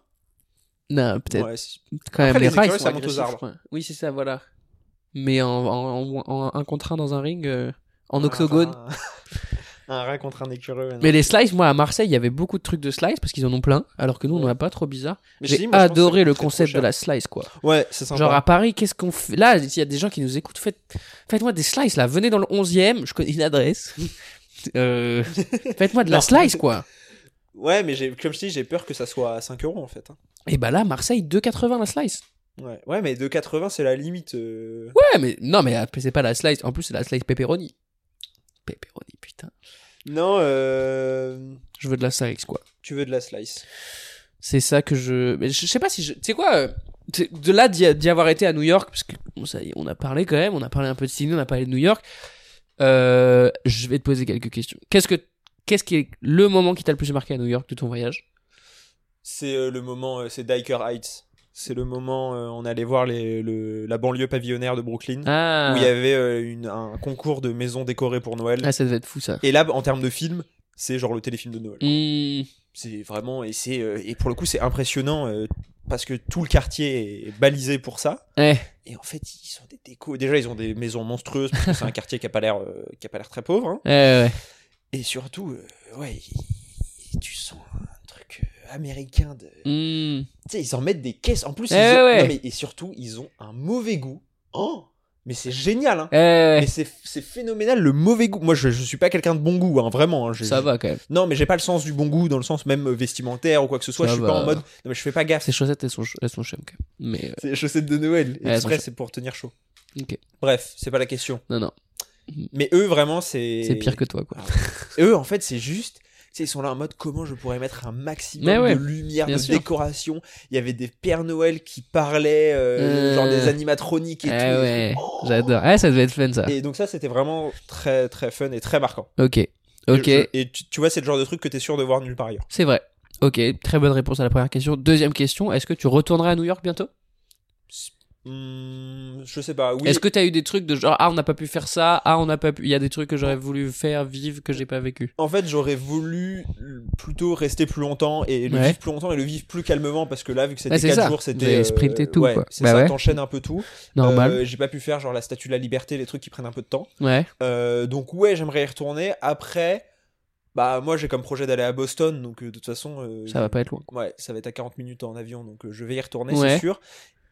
Non, peut-être. Ouais, si- Quand même, Après, les les rats ils écureuils, sont ça monte aux agressifs, arbres. je crois. Oui, c'est ça, voilà. Mais en, en, en- en- un contre un dans un ring, euh, en Ah, octogone. Un, un [LAUGHS] rat contre un écureuil. non. Mais les slices, moi à Marseille, il y avait beaucoup de trucs de slices parce qu'ils en ont plein, alors que nous on en a pas trop bizarre. Mais je J'ai dis, moi, je pense que adoré ça le coûte concept trop de la slice quoi. cher. Ouais, c'est sympa. Genre à Paris, qu'est-ce qu'on fait Là, s'il y a des gens qui nous écoutent, faites... faites-moi des slices là, venez dans le 11ème, je connais une adresse. [LAUGHS] Euh, Faites-moi de la Non. slice quoi. Ouais, mais j'ai, comme je dis, j'ai peur que ça soit à 5 euros en fait. hein. Et bah là, Marseille, 2,80 la slice. Ouais. ouais, mais 2,80 c'est la limite. euh. Ouais, mais non, mais après, c'est pas la slice, en plus c'est la slice pepperoni. Pepperoni, putain. Non, euh, Je veux de la slice quoi. tu veux de la slice. C'est ça que je. Mais je je sais pas si je. Tu sais quoi euh, c'est- De là d'y d'y avoir été à New York, parce que bon, ça y est, on a parlé quand même, on a parlé un peu de ciné, on a parlé de New York. Euh, je vais te poser quelques questions. Qu'est-ce que. Qu'est-ce qui est le moment qui t'a le plus marqué à New York de ton voyage C'est euh, le moment, euh, c'est Diker Heights. C'est le moment, euh, on allait voir les, le- la banlieue pavillonnaire de Brooklyn, Ah, où il y avait euh, une- un concours de maisons décorées pour Noël. ah, ça devait être fou ça. Et là, en termes de film, c'est genre le téléfilm de Noël. Hmm, C'est vraiment, et, c'est, euh, et pour le coup, c'est impressionnant euh, parce que tout le quartier est balisé pour ça. eh, Et en fait, ils ont des décos. Déjà, ils ont des maisons monstrueuses parce que [LAUGHS] c'est un quartier qui a pas l'air, euh, qui a pas l'air très pauvre. hein. eh, ouais. Et surtout, euh, ouais, ils- tu sens un truc euh, américain de. Tu Hmm, sais, ils en mettent des caisses. En plus, Eh ils ont- ouais. non, mais- et surtout, ils ont un mauvais goût. Oh, mais c'est génial. Hein. eh, ouais. Mais c'est c'est phénoménal le mauvais goût. Moi, je, je suis pas quelqu'un de bon goût, hein, vraiment. hein, j'ai- Ça va quand même. Non, mais j'ai pas le sens du bon goût dans le sens même vestimentaire ou quoi que ce soit. Ça je suis va. pas en mode. Non, mais je fais pas gaffe. Ces chaussettes, elles sont, ch- elles sont chum, quand même. Mais. euh, C'est les chaussettes de Noël. Ouais, elles sont Exprès, chou- c'est pour tenir chaud. euh, ok. Bref, c'est pas la question. Non, non. Mais eux, vraiment, c'est. C'est pire que toi, quoi. Et eux, en fait, c'est juste. tu sais, Ils sont là en mode comment je pourrais mettre un Mais maximum ouais, de lumière, bien de sûr. décoration. Il y avait des Pères Noël qui parlaient, euh, Euh. genre des animatroniques Eh et tout. Oh. ouais, j'adore. Eh, ça devait être fun ça. Et donc, ça, c'était vraiment très très fun et très marquant. Ok, Et ok. je- Et, tu, tu vois, c'est le genre de truc que t'es sûr de voir nulle part ailleurs. C'est vrai. Ok, très bonne réponse à la première question. Deuxième question, est-ce que tu retourneras à New York bientôt Hmm, je sais pas, oui. Est-ce que t'as eu des trucs de genre ah on n'a pas pu faire ça, ah on n'a pas pu, il y a des trucs que j'aurais voulu faire, vivre que j'ai pas vécu. En fait, j'aurais voulu euh, plutôt rester plus longtemps et le Ouais. vivre plus longtemps et le vivre plus calmement parce que là, vu que c'était Ouais, c'est 4 ça. jours, c'était. euh, Vous avez sprinté tout, ouais, quoi. c'est Bah ça, ouais. t'enchaînes un peu tout. Normal. Euh, J'ai pas pu faire genre la statue de la liberté, les trucs qui prennent un peu de temps. Ouais. Euh, donc ouais, j'aimerais y retourner. Après, bah moi j'ai comme projet d'aller à Boston, donc euh, de toute façon... euh, Ça va pas être loin. Ouais, ça va être à 40 minutes en avion, donc euh, je vais y retourner, Ouais. c'est sûr.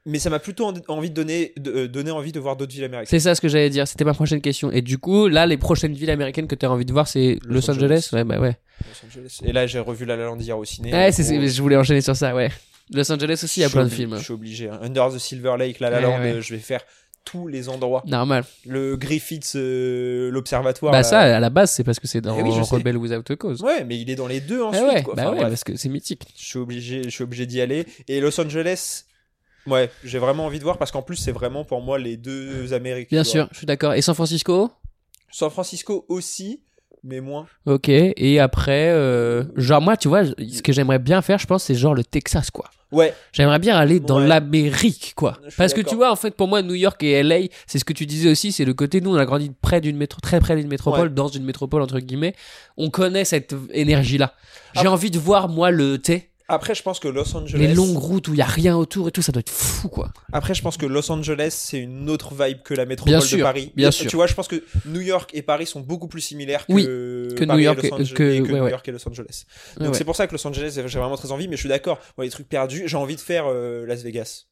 Mais ça m'a plutôt en- envie de donner, de, euh, donner envie de voir d'autres villes américaines. C'est ça ce que j'allais dire. C'était ma prochaine question. Et du coup là les prochaines villes américaines que t'as envie de voir c'est Los, Los Angeles. Angeles. Ouais bah ouais. Los Angeles. Et là j'ai revu La La Land hier au ciné. Ouais, c'est- c'est- Oh, je voulais enchaîner sur ça ouais. Los Angeles aussi il y a je plein de suis obli- films. Je suis obligé. hein. Under the Silver Lake, La La Ouais, Land, ouais. euh, je vais faire tous les endroits. Normal. Le Griffiths, euh, l'observatoire. bah là. ça à la base c'est parce que c'est dans Eh oui, je sais. Rebel Without a Cause. Ouais, mais il est dans les deux Ah ensuite. ouais, quoi. bah Enfin, ouais bref. parce que c'est mythique. je suis obligé, je suis obligé d'y aller. Et Los Angeles, ouais, j'ai vraiment envie de voir parce qu'en plus c'est vraiment pour moi les deux Amériques. Bien tu vois. sûr, je suis d'accord. Et San Francisco San Francisco aussi, mais moins. Ok, et après, euh, genre moi, tu vois, ce que j'aimerais bien faire, je pense, c'est genre le Texas, quoi. Ouais, J'aimerais bien aller dans Ouais. l'Amérique, quoi. Je suis Parce que d'accord. tu vois, en fait, pour moi, New York et LA, c'est ce que tu disais aussi, c'est le côté, nous, on a grandi près d'une métro, très près d'une métropole, dans une métropole, entre guillemets. On connaît cette énergie-là. J'ai envie de voir, moi, le, tu sais, après je pense que Los Angeles. les longues routes où il y a rien autour et tout, ça doit être fou, quoi. Après, je pense que Los Angeles, c'est une autre vibe que la métropole Bien de sûr, Paris. bien Tu sûr. vois, je pense que New York et Paris sont beaucoup plus similaires que, Oui, que New York et et- Los Angeles, que- et ouais, New ouais. York et Los Angeles. Ouais, Donc ouais. c'est pour ça que Los Angeles, j'ai vraiment très envie, mais je suis d'accord. Moi, les trucs perdus, j'ai envie de faire euh, Las Vegas.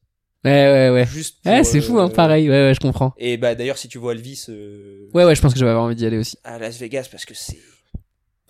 Ouais, ouais, ouais. Juste pour, Eh, c'est euh, fou, hein, pareil, ouais, ouais, je comprends. Et bah d'ailleurs, si tu vois Elvis euh, Ouais, ouais, je pense que j'avais envie d'y aller aussi. à Las Vegas, parce que c'est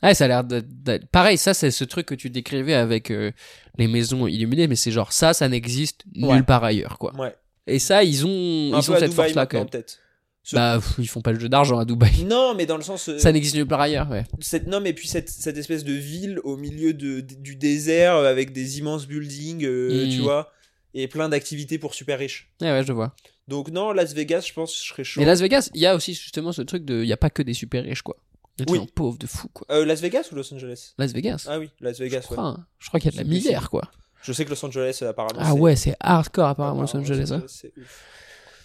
Ouais, ça a l'air de, de- Pareil, ça, c'est ce truc que tu décrivais avec euh, les maisons illuminées, mais c'est genre ça, ça n'existe nulle Ouais. part ailleurs, quoi. ouais, Et ça, ils ont, un ils peu ont à cette Dubaï force-là, maintenant, quand même. peut-être. Ce- Bah, pff, ils font pas le jeu d'argent [LAUGHS] à Dubaï. Non, mais dans le sens euh, Ça n'existe nulle part ailleurs, ouais. cette non mais puis cette, cette espèce de ville au milieu de, du désert euh, avec des immenses buildings euh, Mm. tu vois et plein d'activités pour super riches Ouais, ouais, je vois. donc non Las Vegas je pense que je serais chaud Mais Las Vegas, il y a aussi justement ce truc de. Il n'y a pas que des super riches, quoi. Des Oui. gens pauvres de fou, quoi. Euh, Las Vegas ou Los Angeles Las Vegas. ah oui Las je Vegas ouais. crois, hein. Je crois qu'il y a de C'est la misère, quoi. je sais que Los Angeles euh, apparemment Ah c'est- ouais, c'est hardcore, apparemment, Los apparemment, Angeles. hein. c'est ouf.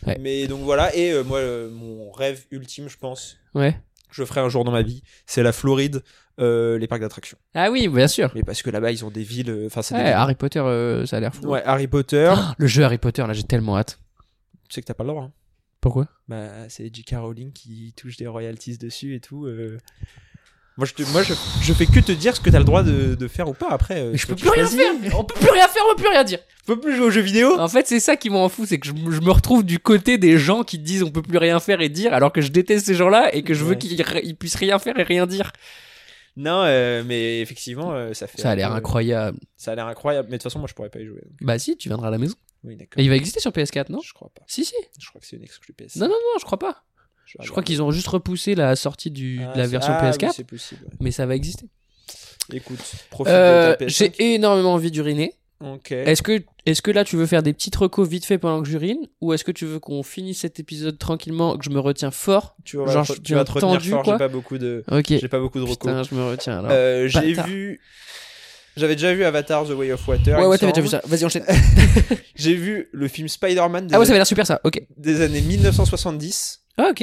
Ouais. mais donc voilà et euh, moi euh, mon rêve ultime je pense Ouais. que je ferai un jour dans ma vie c'est la Floride euh, les parcs d'attractions Ah oui, bien sûr. mais parce que là-bas ils ont des villes euh, enfin c'est des Ouais, villes- Harry Potter, euh, ça a l'air fou. ouais Harry Potter Ah, le jeu Harry Potter, là, j'ai tellement hâte. tu sais que t'as pas le droit hein. Pourquoi Bah, c'est J.K. Rowling qui touche des royalties dessus et tout. euh. Moi, je, te- moi je, je fais que te dire ce que t'as le droit de, de faire ou pas après. euh, Mais je toi, peux tu plus rien choisis. faire Ah. On peut plus rien faire, on peut plus rien dire Je peux plus jouer aux jeux vidéo En fait, c'est ça qui m'en fout, c'est que je, m- je me retrouve du côté des gens qui disent on peut plus rien faire et dire, alors que je déteste ces gens-là et que je veux Ouais. qu'ils r- ils puissent rien faire et rien dire. Non, euh, mais effectivement, euh, ça fait. Ça a un l'air peu- incroyable. Ça a l'air incroyable, mais de toute façon, moi, je pourrais pas y jouer. donc. Bah si, tu viendras à la maison. Oui, d'accord. Et il va exister sur PS4, non Je crois pas. Si, Bah, si. Je crois que c'est une exclu PS. Non, non, non, je crois pas. vais Je crois regarder. qu'ils ont juste repoussé la sortie du, Ah, de la c'est- version ah, oui, PS4, c'est possible. ouais. mais ça va exister. Écoute, profite Euh, de ta PS5. j'ai énormément envie d'uriner. Ok. Est-ce que, est que là tu veux faire des petites recos vite fait pendant que j'urine Ou est-ce que tu veux qu'on finisse cet épisode tranquillement, que je me retiens fort Tu vas, genre, tu j'ai vas te retenir entendu, fort, quoi. j'ai pas beaucoup de, Ok. j'ai pas beaucoup de recours. Putain, je me retiens alors. Euh, j'ai Bâtard. vu. J'avais déjà vu Avatar The Way of Water. ouais, il me ouais, t'avais déjà vu semble. ça. Vas-y, enchaîne. [LAUGHS] J'ai vu le film Spider-Man des, Ah ouais, ça avait l'air super ça. Ok. des années 1970. Ah, ok.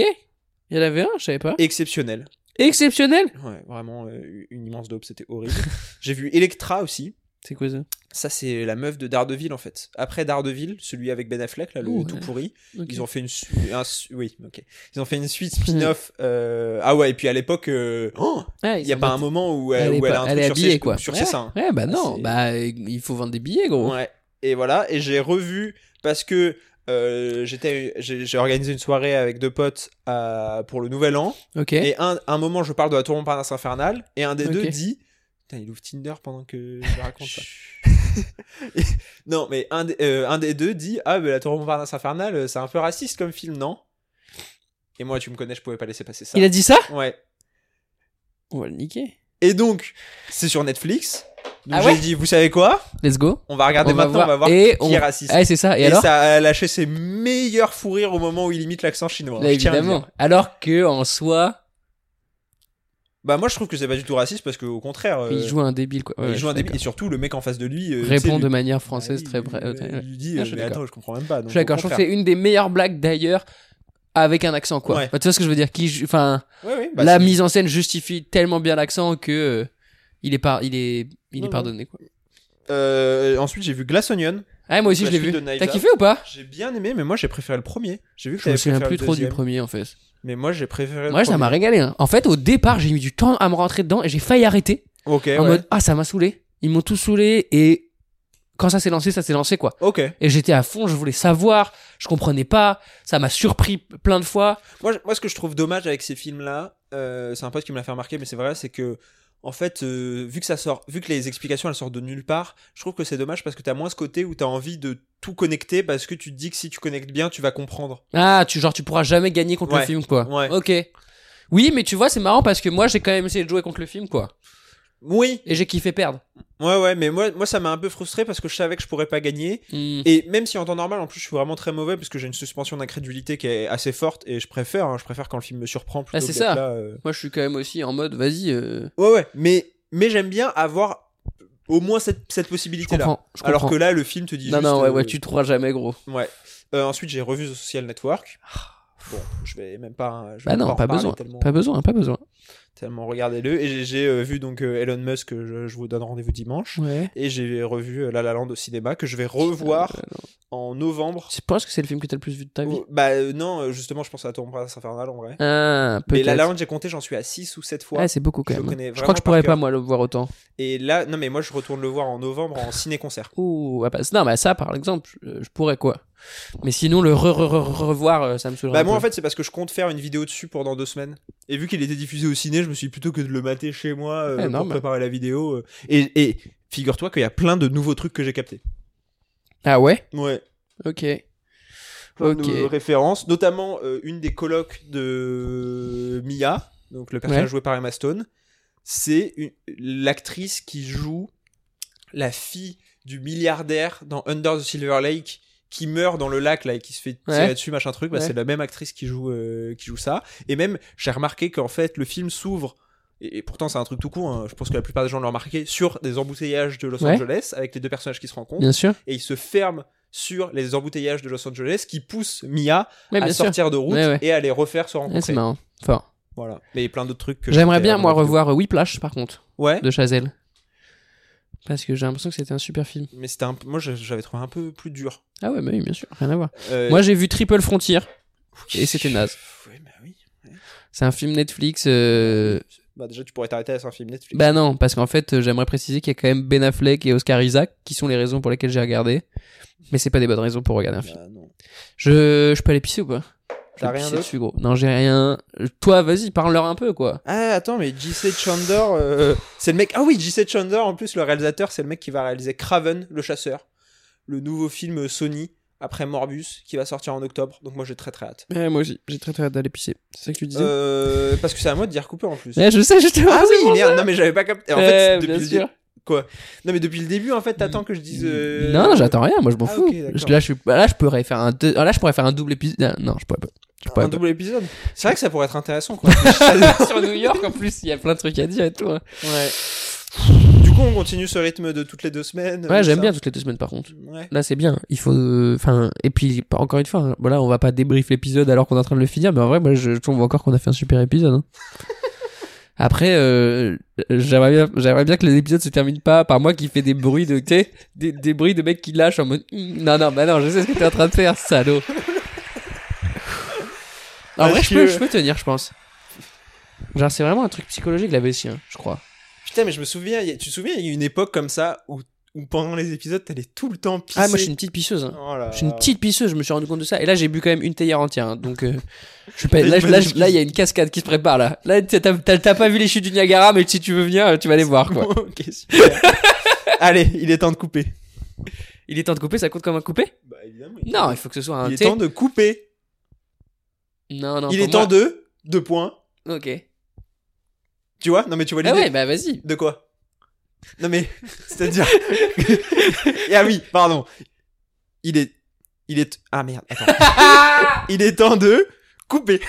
Il y en avait un, je savais pas. Exceptionnel. Exceptionnel. Ouais, vraiment euh, une immense dope, c'était [LAUGHS] horrible. J'ai vu Electra aussi. C'est quoi ça Ça, c'est la meuf de Daredevil en fait. Après Daredevil, celui avec Ben Affleck, là, le Ouais. tout pourri, Ok. Mhm. ils ont fait une, su- un su- oui, ok. Ils ont fait une suite spin-off. euh, Ah ouais, et puis à l'époque, euh, oh, il Ouais, Ah, ils y a ont pas fait- un moment où Elle elle, est, où elle pas- a un elle truc est sur habillée ses- quoi. sur ouais. Oh. ses seins. Ouais, bah Ah, non. c'est- bah, euh, il faut vendre des billets gros. Ouais. Et voilà, et j'ai revu parce que euh, j'étais, j'ai j'ai organisé une soirée avec deux potes à- pour le Nouvel An. Ok. Et un, un moment, je parle de la tour Montparnasse infernale, et un des Ok. deux dit. Putain, il ouvre Tinder pendant que je raconte ça. [LAUGHS] Et- non, mais un, des- euh, un des deux dit Ah, mais la tour Montparnasse infernale, euh, c'est un peu raciste comme film, non Et moi, tu me connais, je pouvais pas laisser passer ça. Il a dit ça Ouais. On va le niquer. Et donc, c'est sur Netflix. Donc Ah j'ai ouais dit Vous savez quoi Let's go. On va regarder On va maintenant, voir. on va voir Et qui on- est raciste. Ah, c'est ça. Et, Et, alors ça a lâché ses meilleurs fous rires au moment où il imite l'accent chinois. Là, Je tiens à le dire. Bah, évidemment. Alors que en soi, Bah moi je trouve que c'est pas du tout raciste parce qu'au contraire, euh, il joue un débile quoi. Ouais, il joue je un suis débile et surtout le mec en face de lui euh, tu sais, répond lui- de manière française Ah, très il- brève. euh, Il lui dit Ah, euh, je suis mais d'accord. attends je comprends même pas. donc Je suis d'accord, au je trouve que contraire. c'est une des meilleures blagues d'ailleurs avec un accent quoi. Ouais. Enfin, tu vois ce que je veux dire qui ju- enfin Ouais, ouais, bah, la c'est- mise en scène justifie tellement bien l'accent que euh, il est par il est il Non, est non. pardonné quoi. Euh, ensuite j'ai vu Glass Onion. Ah moi aussi La je l'ai suite vu. de Knives T'as Out. kiffé ou pas J'ai bien aimé mais moi j'ai préféré le premier. J'ai vu que Je me t'avais souviens préféré plus le trop du deuxième, premier en fait. Mais moi j'ai préféré Moi le ça m'a premier. régalé. hein. En fait au départ j'ai mis du temps à me rentrer dedans et j'ai failli arrêter Ok. en ouais. mode ah ça m'a saoulé. Ils m'ont tout saoulé et quand ça s'est lancé ça s'est lancé quoi. Ok. Et j'étais à fond, je voulais savoir, je comprenais pas, ça m'a surpris plein de fois. Moi, je- moi, ce que je trouve dommage avec ces films-là, euh, c'est un pote qui me l'a fait remarquer, mais c'est vrai, c'est que, en fait, euh, vu que ça sort, vu que les explications elles sortent de nulle part, je trouve que c'est dommage parce que t'as moins ce côté où t'as envie de tout connecter parce que tu te dis que si tu connectes bien, tu vas comprendre. Ah, tu genre tu pourras jamais gagner contre Ouais. le film quoi. Ouais. Ok. Oui, mais tu vois, c'est marrant parce que moi j'ai quand même essayé de jouer contre le film quoi. Oui, Et j'ai kiffé perdre. ouais, ouais, mais moi, moi ça m'a un peu frustré parce que je savais que je pourrais pas gagner. Hmm. Et même si en temps normal, en plus, je suis vraiment très mauvais parce que j'ai une suspension d'incrédulité qui est assez forte et je préfère, hein, je préfère quand le film me surprend plutôt Ah, c'est que d'être ça. là, euh, Moi, je suis quand même aussi en mode, vas-y, euh, Ouais, ouais, mais, mais j'aime bien avoir au moins cette, cette je possibilité-là. comprends. Je comprends. Alors que là, le film te dit non, juste, non, ouais, euh, ouais, tu te crois jamais, gros. ouais. Euh, ensuite, j'ai revu The Social Network. Bon, je vais même pas. hein, Je vais Bah même Ah. non, en pas reparler besoin. Tellement, Pas besoin, pas besoin. tellement regardez-le. Et j'ai- j'ai euh, vu donc euh, Elon Musk, euh, je, je vous donne rendez-vous dimanche. Ouais. Et j'ai revu euh, La La Land au cinéma, que je vais revoir Euh, non. en novembre. Je pense que c'est le film que t'as le plus vu de ta vie. Oh, bah euh, non, euh, justement, je pense à Tomb Raider Infernal en vrai. Ah, Mais La La peut-être. Land, j'ai compté, j'en suis à 6 ou 7 fois. Ah, c'est beaucoup quand je le même. connais Je crois vraiment que je par pourrais cœur. pas, moi, le voir autant. et là, non, mais moi, je retourne le voir en novembre en [LAUGHS] ciné-concert. Ouh, ah bah, non, bah ça, par exemple, je, je pourrais quoi. Mais sinon, le re, re- re- revoir, euh, ça me saoulerait. Bah un moi peu. en fait c'est parce que je compte faire une vidéo dessus pendant deux semaines. Et vu qu'il était diffusé au ciné, je me suis dit plutôt que de le mater chez moi euh, Eh, pour normal. préparer la vidéo. euh. Et, et figure-toi qu'il y a plein de nouveaux trucs que j'ai captés. Ah ouais Ouais. Ok. Plein Ok. de nouvelles références, notamment euh, une des colocs de Mia, donc le personnage Ouais. joué par Emma Stone, c'est une- l'actrice qui joue la fille du milliardaire dans Under the Silver Lake qui meurt dans le lac là et qui se fait tirer Ouais. dessus machin truc bah, Ouais. c'est la même actrice qui joue euh, qui joue ça et même j'ai remarqué qu'en fait le film s'ouvre et, et pourtant c'est un truc tout court hein, je pense que la plupart des gens l'ont remarqué sur des embouteillages de Los Ouais. Angeles avec les deux personnages qui se rencontrent Bien sûr. et il se ferme sur les embouteillages de Los Angeles qui poussent Mia Ouais, à bien sûr. sortir de route Ouais, ouais. et à les refaire se Ouais, c'est rencontrer. marrant. Fort. voilà. Mais plein d'autres trucs que J'aimerais j'ai fait bien, dans moi, la vidéo. revoir euh, Whiplash, par contre, Ouais. de Chazelle. Parce que j'ai l'impression que c'était un super film. Mais c'était un... moi je- j'avais trouvé un peu plus dur. Ah ouais, mais oui, bien sûr, rien à voir. Euh, Moi, j'ai vu Triple Frontier. et c'était naze. Ouais, bah oui. C'est un film Netflix. euh, Bah déjà tu pourrais t'arrêter à un film Netflix. Bah non, parce qu'en fait, euh, j'aimerais préciser qu'il y a quand même Ben Affleck et Oscar Isaac qui sont les raisons pour lesquelles j'ai regardé. Mais c'est pas des bonnes raisons pour regarder un film. Bah, non. Je, je peux aller pisser ou pas Je T'as vais rien pisser d'autre dessus, gros. Non, j'ai rien. Euh, Toi, vas-y, parle-leur un peu, quoi. Ah attends mais J.C. Chandor euh, c'est le mec Ah oui, J.C. Chandor en plus le réalisateur, c'est le mec qui va réaliser Craven le chasseur, le nouveau film Sony après Morbus qui va sortir en octobre. Donc moi j'ai très très hâte. Eh, moi aussi, j'ai très très hâte d'aller pisser. C'est ça que tu disais Euh, parce que c'est à moi de dire couper en plus. Eh, Je sais, justement. Ah c'est oui, pour ça. merde, non mais j'avais pas capté. En Eh, fait, bien depuis le, dé- sûr. non mais depuis le début en fait, t'attends que je dise. euh, Non, non, j'attends rien, moi je m'en Ah, fous. ok, d'accord. là, je suis... bah, là, je pourrais faire un deux- ah, là, je pourrais faire un double épisode. Ah, Non, je pourrais pas. Je pourrais Un pas. double épisode. C'est vrai que ça pourrait être intéressant [LAUGHS] quoi. Sur New York, en plus, il y a plein de trucs à dire et tout. hein. ouais. Du coup, on continue ce rythme de toutes les deux semaines. Ouais, tout j'aime ça. bien toutes les deux semaines, par contre. Ouais. Là, c'est bien. Il faut. euh, Enfin, et puis, pas- encore une fois, hein, voilà, on va pas débrief l'épisode alors qu'on est en train de le finir, mais en vrai, moi, je je trouve encore qu'on a fait un super épisode. [LAUGHS] hein. Après, euh, j'aimerais bien, j'aimerais bien que l'épisode se termine pas par moi qui fait des bruits de, tu sais, des, des bruits de mecs qui lâchent en mode, Mm, non, non, bah non, je sais ce que t'es en train de faire, salaud. En vrai, je peux, Parce que- je peux tenir, je pense. Genre, c'est vraiment un truc psychologique, la vessie, je crois. Putain, mais je me souviens, il y a- tu te souviens, il y a une époque comme ça où, où pendant les épisodes, t'allais tout le temps pisser. Ah, moi, je suis une petite pisseuse, hein. Oh là Je suis une là. petite pisseuse, je me suis rendu compte de ça. Et là, j'ai bu quand même une théière entière. hein, donc, euh, je suis pas, T'as là, une je- bonne là, je- excuse. là, il y a une cascade qui se prépare là. Là, t'as- t'as t'as- t'as pas vu les chutes du Niagara, mais si tu veux venir, euh, tu vas les voir. Quoi. [LAUGHS] ok, [LAUGHS] super. Allez, il est temps de couper. Il est temps de couper, ça compte comme un coupé Bah évidemment. Non, il faut que ce soit un. Il est thé. temps de couper. Non, non. Il pour est temps moi- de deux points. Ok. Tu vois Non mais tu vois Ah l'idée. ouais, bah vas-y. De quoi Non mais, [LAUGHS] c'est-à-dire... ah oui, pardon. Il est... Il est... Ah merde, attends. Il est temps de couper.